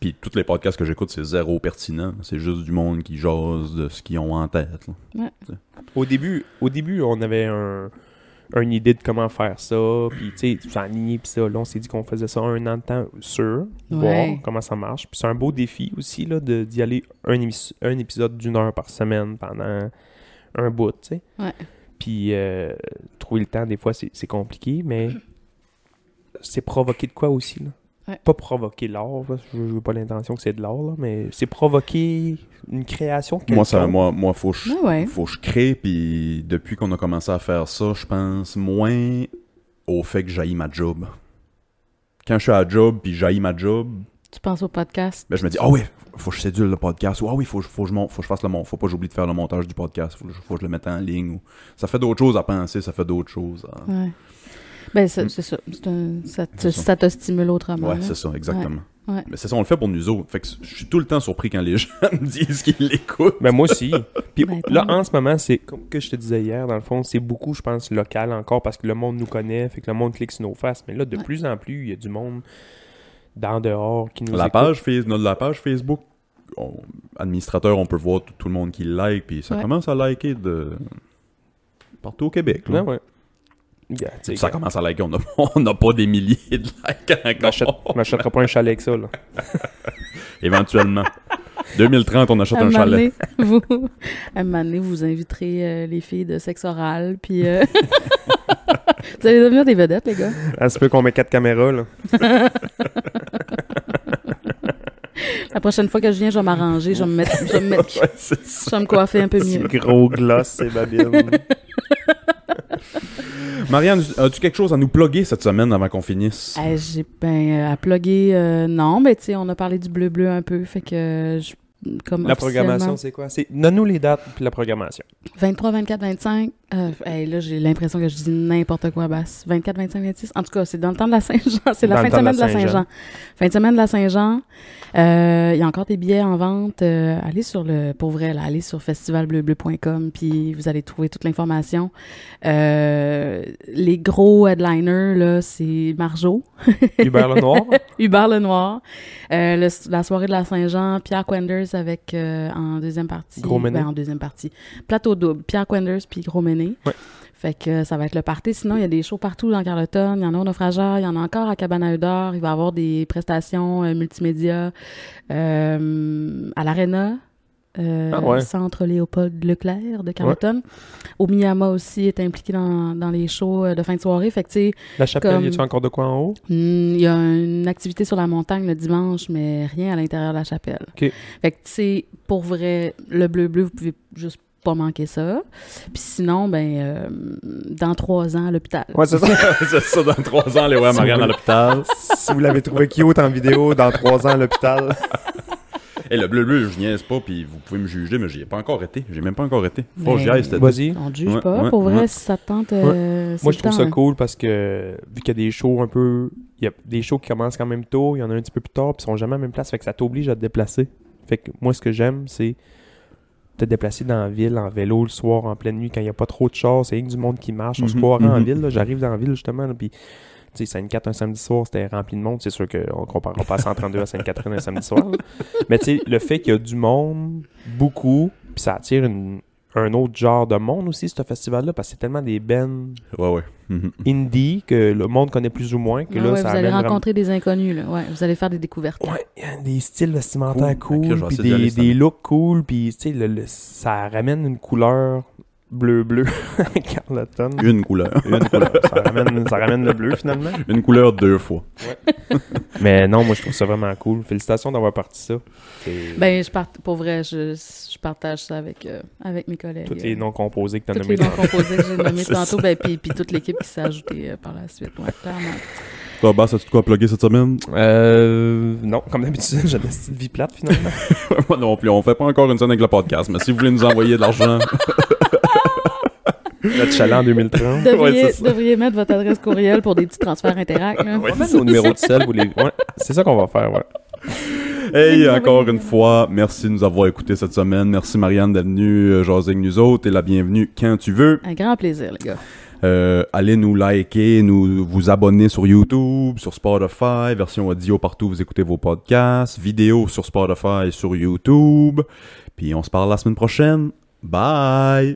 Speaker 1: Puis tous les podcasts que j'écoute, c'est zéro pertinent. C'est juste du monde qui jase de ce qu'ils ont en tête. là.
Speaker 2: Au début, au début, on avait un, une idée de comment faire ça, puis tu sais, s'aligner, puis ça. Là, on s'est dit qu'on faisait ça un an de temps sûr, voir
Speaker 3: Ouais.
Speaker 2: comment ça marche. Puis c'est un beau défi aussi, là, de- d'y aller un, émis- un épisode d'une heure par semaine pendant un bout, tu sais.
Speaker 3: Ouais.
Speaker 2: Puis euh, trouver le temps, des fois, c'est c'est compliqué, mais c'est provoquer de quoi aussi, là?
Speaker 3: Ouais.
Speaker 2: Pas provoquer l'art, là, je je veux pas l'intention que c'est de l'art, là, mais c'est provoquer une création. de
Speaker 1: Moi, ça,
Speaker 2: quelqu'un.
Speaker 1: moi, moi, faut que je-
Speaker 3: Ouais, Ah Ben ouais.
Speaker 1: faut que je crée, puis depuis qu'on a commencé à faire ça, je pense moins au fait que j'haïs ma job. Quand je suis à la job, puis j'haïs ma job,
Speaker 3: Tu penses au podcast?
Speaker 1: ben je me dis, ah oui, faut que je sédule le podcast, ou ah oui, faut, que je- faut, que je mon- faut que je fasse le mon- faut pas que j'oublie de faire le montage du podcast, faut, que je- faut que je le mette en ligne. Ou... Ça fait d'autres choses à penser, ça fait d'autres choses à...
Speaker 3: Ouais. Ben, ça-
Speaker 1: Mm.
Speaker 3: c'est ça. C'est un- ça, te,
Speaker 1: C'est ça.
Speaker 3: ça te stimule autrement.
Speaker 1: Ouais,
Speaker 3: là.
Speaker 1: c'est ça, exactement.
Speaker 3: Ouais, ouais.
Speaker 1: Mais c'est ça, on le fait pour nous autres. Fait que je suis tout le temps surpris quand les gens me disent qu'ils l'écoutent.
Speaker 2: Ben moi aussi. Puis
Speaker 3: Ben, tant
Speaker 2: là,
Speaker 3: mieux.
Speaker 2: en ce moment, c'est comme que je te disais hier, dans le fond, c'est beaucoup, je pense, local encore parce que le monde nous connaît, fait que le monde clique sur nos faces. Mais là, de
Speaker 3: Ouais.
Speaker 2: plus en plus, il y a du monde d'en dehors qui nous
Speaker 1: La
Speaker 2: écoute.
Speaker 1: page, face- notre- la page Facebook, on- administrateur, on peut voir tout, tout le monde qui like, puis ça
Speaker 3: Ouais.
Speaker 1: commence à liker de partout au Québec.
Speaker 2: Ouais,
Speaker 1: là.
Speaker 2: ouais. Yeah, tu sais,
Speaker 1: ça
Speaker 2: quand-
Speaker 1: commence à liker, on n'a on n'a pas des milliers de likes
Speaker 2: m'achète-
Speaker 1: encore.
Speaker 2: M'achètera pas un chalet avec ça, là.
Speaker 1: Éventuellement. 2030, on achète
Speaker 3: À un
Speaker 1: un
Speaker 3: moment
Speaker 1: chalet.
Speaker 3: donné, vous, à un moment donné, vous inviterez euh, les filles de sexe oral, puis euh, vous allez devenir des vedettes, les gars.
Speaker 2: Ah, c'est peu qu'on met quatre caméras, là.
Speaker 3: La prochaine fois que je viens, je vais m'arranger, je vais me mettre, je vais me mettre-
Speaker 1: Ouais, c'est ça.
Speaker 3: je vais me coiffer un peu mieux.
Speaker 2: gros gloss, c'est babine.
Speaker 1: Marianne, as-tu quelque chose à nous plugger cette semaine avant qu'on finisse?
Speaker 3: Eh, j'ai ben euh, à plugger euh, non, mais tu sais, on a parlé du bleu bleu un peu, fait que euh, je comme
Speaker 2: La
Speaker 3: officiellement,
Speaker 2: programmation, c'est quoi? C'est... Donne-nous les dates, puis la programmation.
Speaker 3: 23 24 25 euh, hey, là j'ai l'impression que je dis n'importe quoi basse 24 25 26 en tout cas c'est dans le temps de la Saint-Jean c'est la
Speaker 2: Dans
Speaker 3: fin
Speaker 2: le
Speaker 3: de
Speaker 2: temps de la
Speaker 3: semaine de la
Speaker 2: Saint-Jean.
Speaker 3: Saint-Jean fin de semaine de la Saint-Jean Euh, il y a encore des billets en vente Euh, allez sur le pour vrai là, allez sur festivalbleubleu.com puis vous allez trouver toute l'information Euh, les gros headliners là c'est Marjo
Speaker 2: Hubert Lenoir,
Speaker 3: Hubert Lenoir, euh, le- la soirée de la Saint-Jean, Pierre Quenders avec euh, en deuxième partie.
Speaker 2: Gros Méné.
Speaker 3: ben, en deuxième partie. Plateau double, Pierre Quenders puis Gros Méné.
Speaker 2: Ouais.
Speaker 3: Fait que euh, ça va être le party. Sinon, il y a des shows partout dans Carleton. Il y en a au Naufrageur, il y en a encore à Cabane à Eudor. Il va y avoir des prestations euh, multimédia euh, à l'Arena. euh,
Speaker 2: Ah ouais.
Speaker 3: Centre Léopold Leclerc de Carleton. Au Miyama aussi est impliqué dans, dans les shows euh, de fin de soirée. Fait que, tu sais,
Speaker 2: la chapelle,
Speaker 3: Comme-
Speaker 2: y a-tu encore de quoi en haut?
Speaker 3: Hmm, Il y a une activité sur la montagne le dimanche, mais rien à l'intérieur de la chapelle.
Speaker 2: OK.
Speaker 3: Fait que, tu sais, pour vrai, le bleu-bleu, vous pouvez juste pas manquer ça. Puis sinon, ben, euh, dans trois ans à l'hôpital.
Speaker 2: Ouais, c'est ça.
Speaker 1: c'est ça, dans trois ans, les ouais, Marianne à l'hôpital.
Speaker 2: si vous l'avez trouvé cute en vidéo dans trois ans à l'hôpital.
Speaker 1: Et le bleu, bleu, je niaise pas, puis vous pouvez me juger, mais j'y ai pas encore été. J'ai même pas encore été. Faut que j'y aille, c'était
Speaker 2: Vas-y.
Speaker 3: On ne juge
Speaker 1: Ouais,
Speaker 3: pas.
Speaker 1: ouais,
Speaker 3: Pour vrai,
Speaker 1: ouais.
Speaker 3: si ça te tente, euh, c'est
Speaker 2: Moi,
Speaker 3: le
Speaker 2: je trouve
Speaker 3: temps,
Speaker 2: ça
Speaker 3: hein.
Speaker 2: cool parce que vu qu'il y a des shows un peu. Il y a des shows qui commencent quand même tôt, il y en a un petit peu plus tard, puis ils sont jamais à la même place. Fait que ça t'oblige à te déplacer. Fait que moi, ce que j'aime, c'est te déplacer dans la ville en vélo le soir, en pleine nuit, quand il n'y a pas trop de chars. C'est rien que du monde qui marche. On se
Speaker 1: Mhm,
Speaker 2: croirait en
Speaker 1: mhm.
Speaker 2: ville. là. J'arrive dans la ville, justement, là, puis. Tu sais, Sainte-Catherine, un samedi soir, c'était rempli de monde. C'est sûr qu'on ne comparera pas à 132 à Sainte-Catherine un samedi soir. là. Mais tu sais, le fait qu'il y a du monde, beaucoup, puis ça attire une- un autre genre de monde aussi, ce festival-là, parce que c'est tellement des bennes
Speaker 1: Ouais, ouais. Mhm.
Speaker 2: indie que le monde connaît plus ou moins. Que
Speaker 3: Ah
Speaker 2: là,
Speaker 3: ouais,
Speaker 2: ça
Speaker 3: vous allez
Speaker 2: amène
Speaker 3: rencontrer des inconnus, là. Ouais, vous allez faire des découvertes.
Speaker 2: vraiment- Ouais, il y a des styles vestimentaires
Speaker 1: Cool.
Speaker 2: cool,
Speaker 1: Ok, je vais
Speaker 2: puis
Speaker 1: essayer d'y aller
Speaker 2: des,
Speaker 1: cette
Speaker 2: des
Speaker 1: année.
Speaker 2: looks cool, puis tu sais, le- le- ça ramène une couleur bleu-bleu à Carleton.
Speaker 1: Une couleur.
Speaker 2: Une couleur. ça, ramène, ça ramène le bleu finalement.
Speaker 1: Une couleur deux fois.
Speaker 2: Mais non, moi je trouve ça vraiment cool. Félicitations d'avoir parti ça. C'est-
Speaker 3: Ben, je part... pour vrai, je, je partage ça avec, euh, avec mes collègues.
Speaker 2: Toutes les
Speaker 3: Euh,
Speaker 2: noms composés que tu as
Speaker 3: Toutes
Speaker 2: nommés.
Speaker 3: les noms composés que j'ai nommés
Speaker 1: c'est
Speaker 3: tantôt,
Speaker 1: ça.
Speaker 3: ben, puis, puis toute l'équipe qui s'est ajoutée euh, par la suite, ouais, clairement.
Speaker 1: Toi, Bass, as-tu de quoi plugger cette semaine?
Speaker 2: Euh, non, comme d'habitude, j'ai une petite vie plate finalement.
Speaker 1: Moi non plus, on fait pas encore une scène avec le podcast, mais si vous voulez nous envoyer de l'argent,
Speaker 2: Notre chalet en 2030.
Speaker 3: Devriez,
Speaker 1: c'est ça.
Speaker 3: devriez mettre votre adresse courriel pour des petits transferts interact. là.
Speaker 2: On va mettre nos numéros de sel. Vous les... ouais, c'est ça qu'on va faire, ouais.
Speaker 1: Hey,
Speaker 3: Nous
Speaker 1: encore
Speaker 3: envoyer.
Speaker 1: une fois, merci de nous avoir écoutés cette semaine. Merci Marianne d'être venue euh, jaser avec nous autres et la bienvenue quand tu veux.
Speaker 3: Un grand plaisir, les gars.
Speaker 1: Euh, allez nous liker, nous vous abonner sur YouTube, sur Spotify, version audio partout, vous écoutez vos podcasts, vidéo sur Spotify, sur YouTube. Puis on se parle la semaine prochaine. Bye!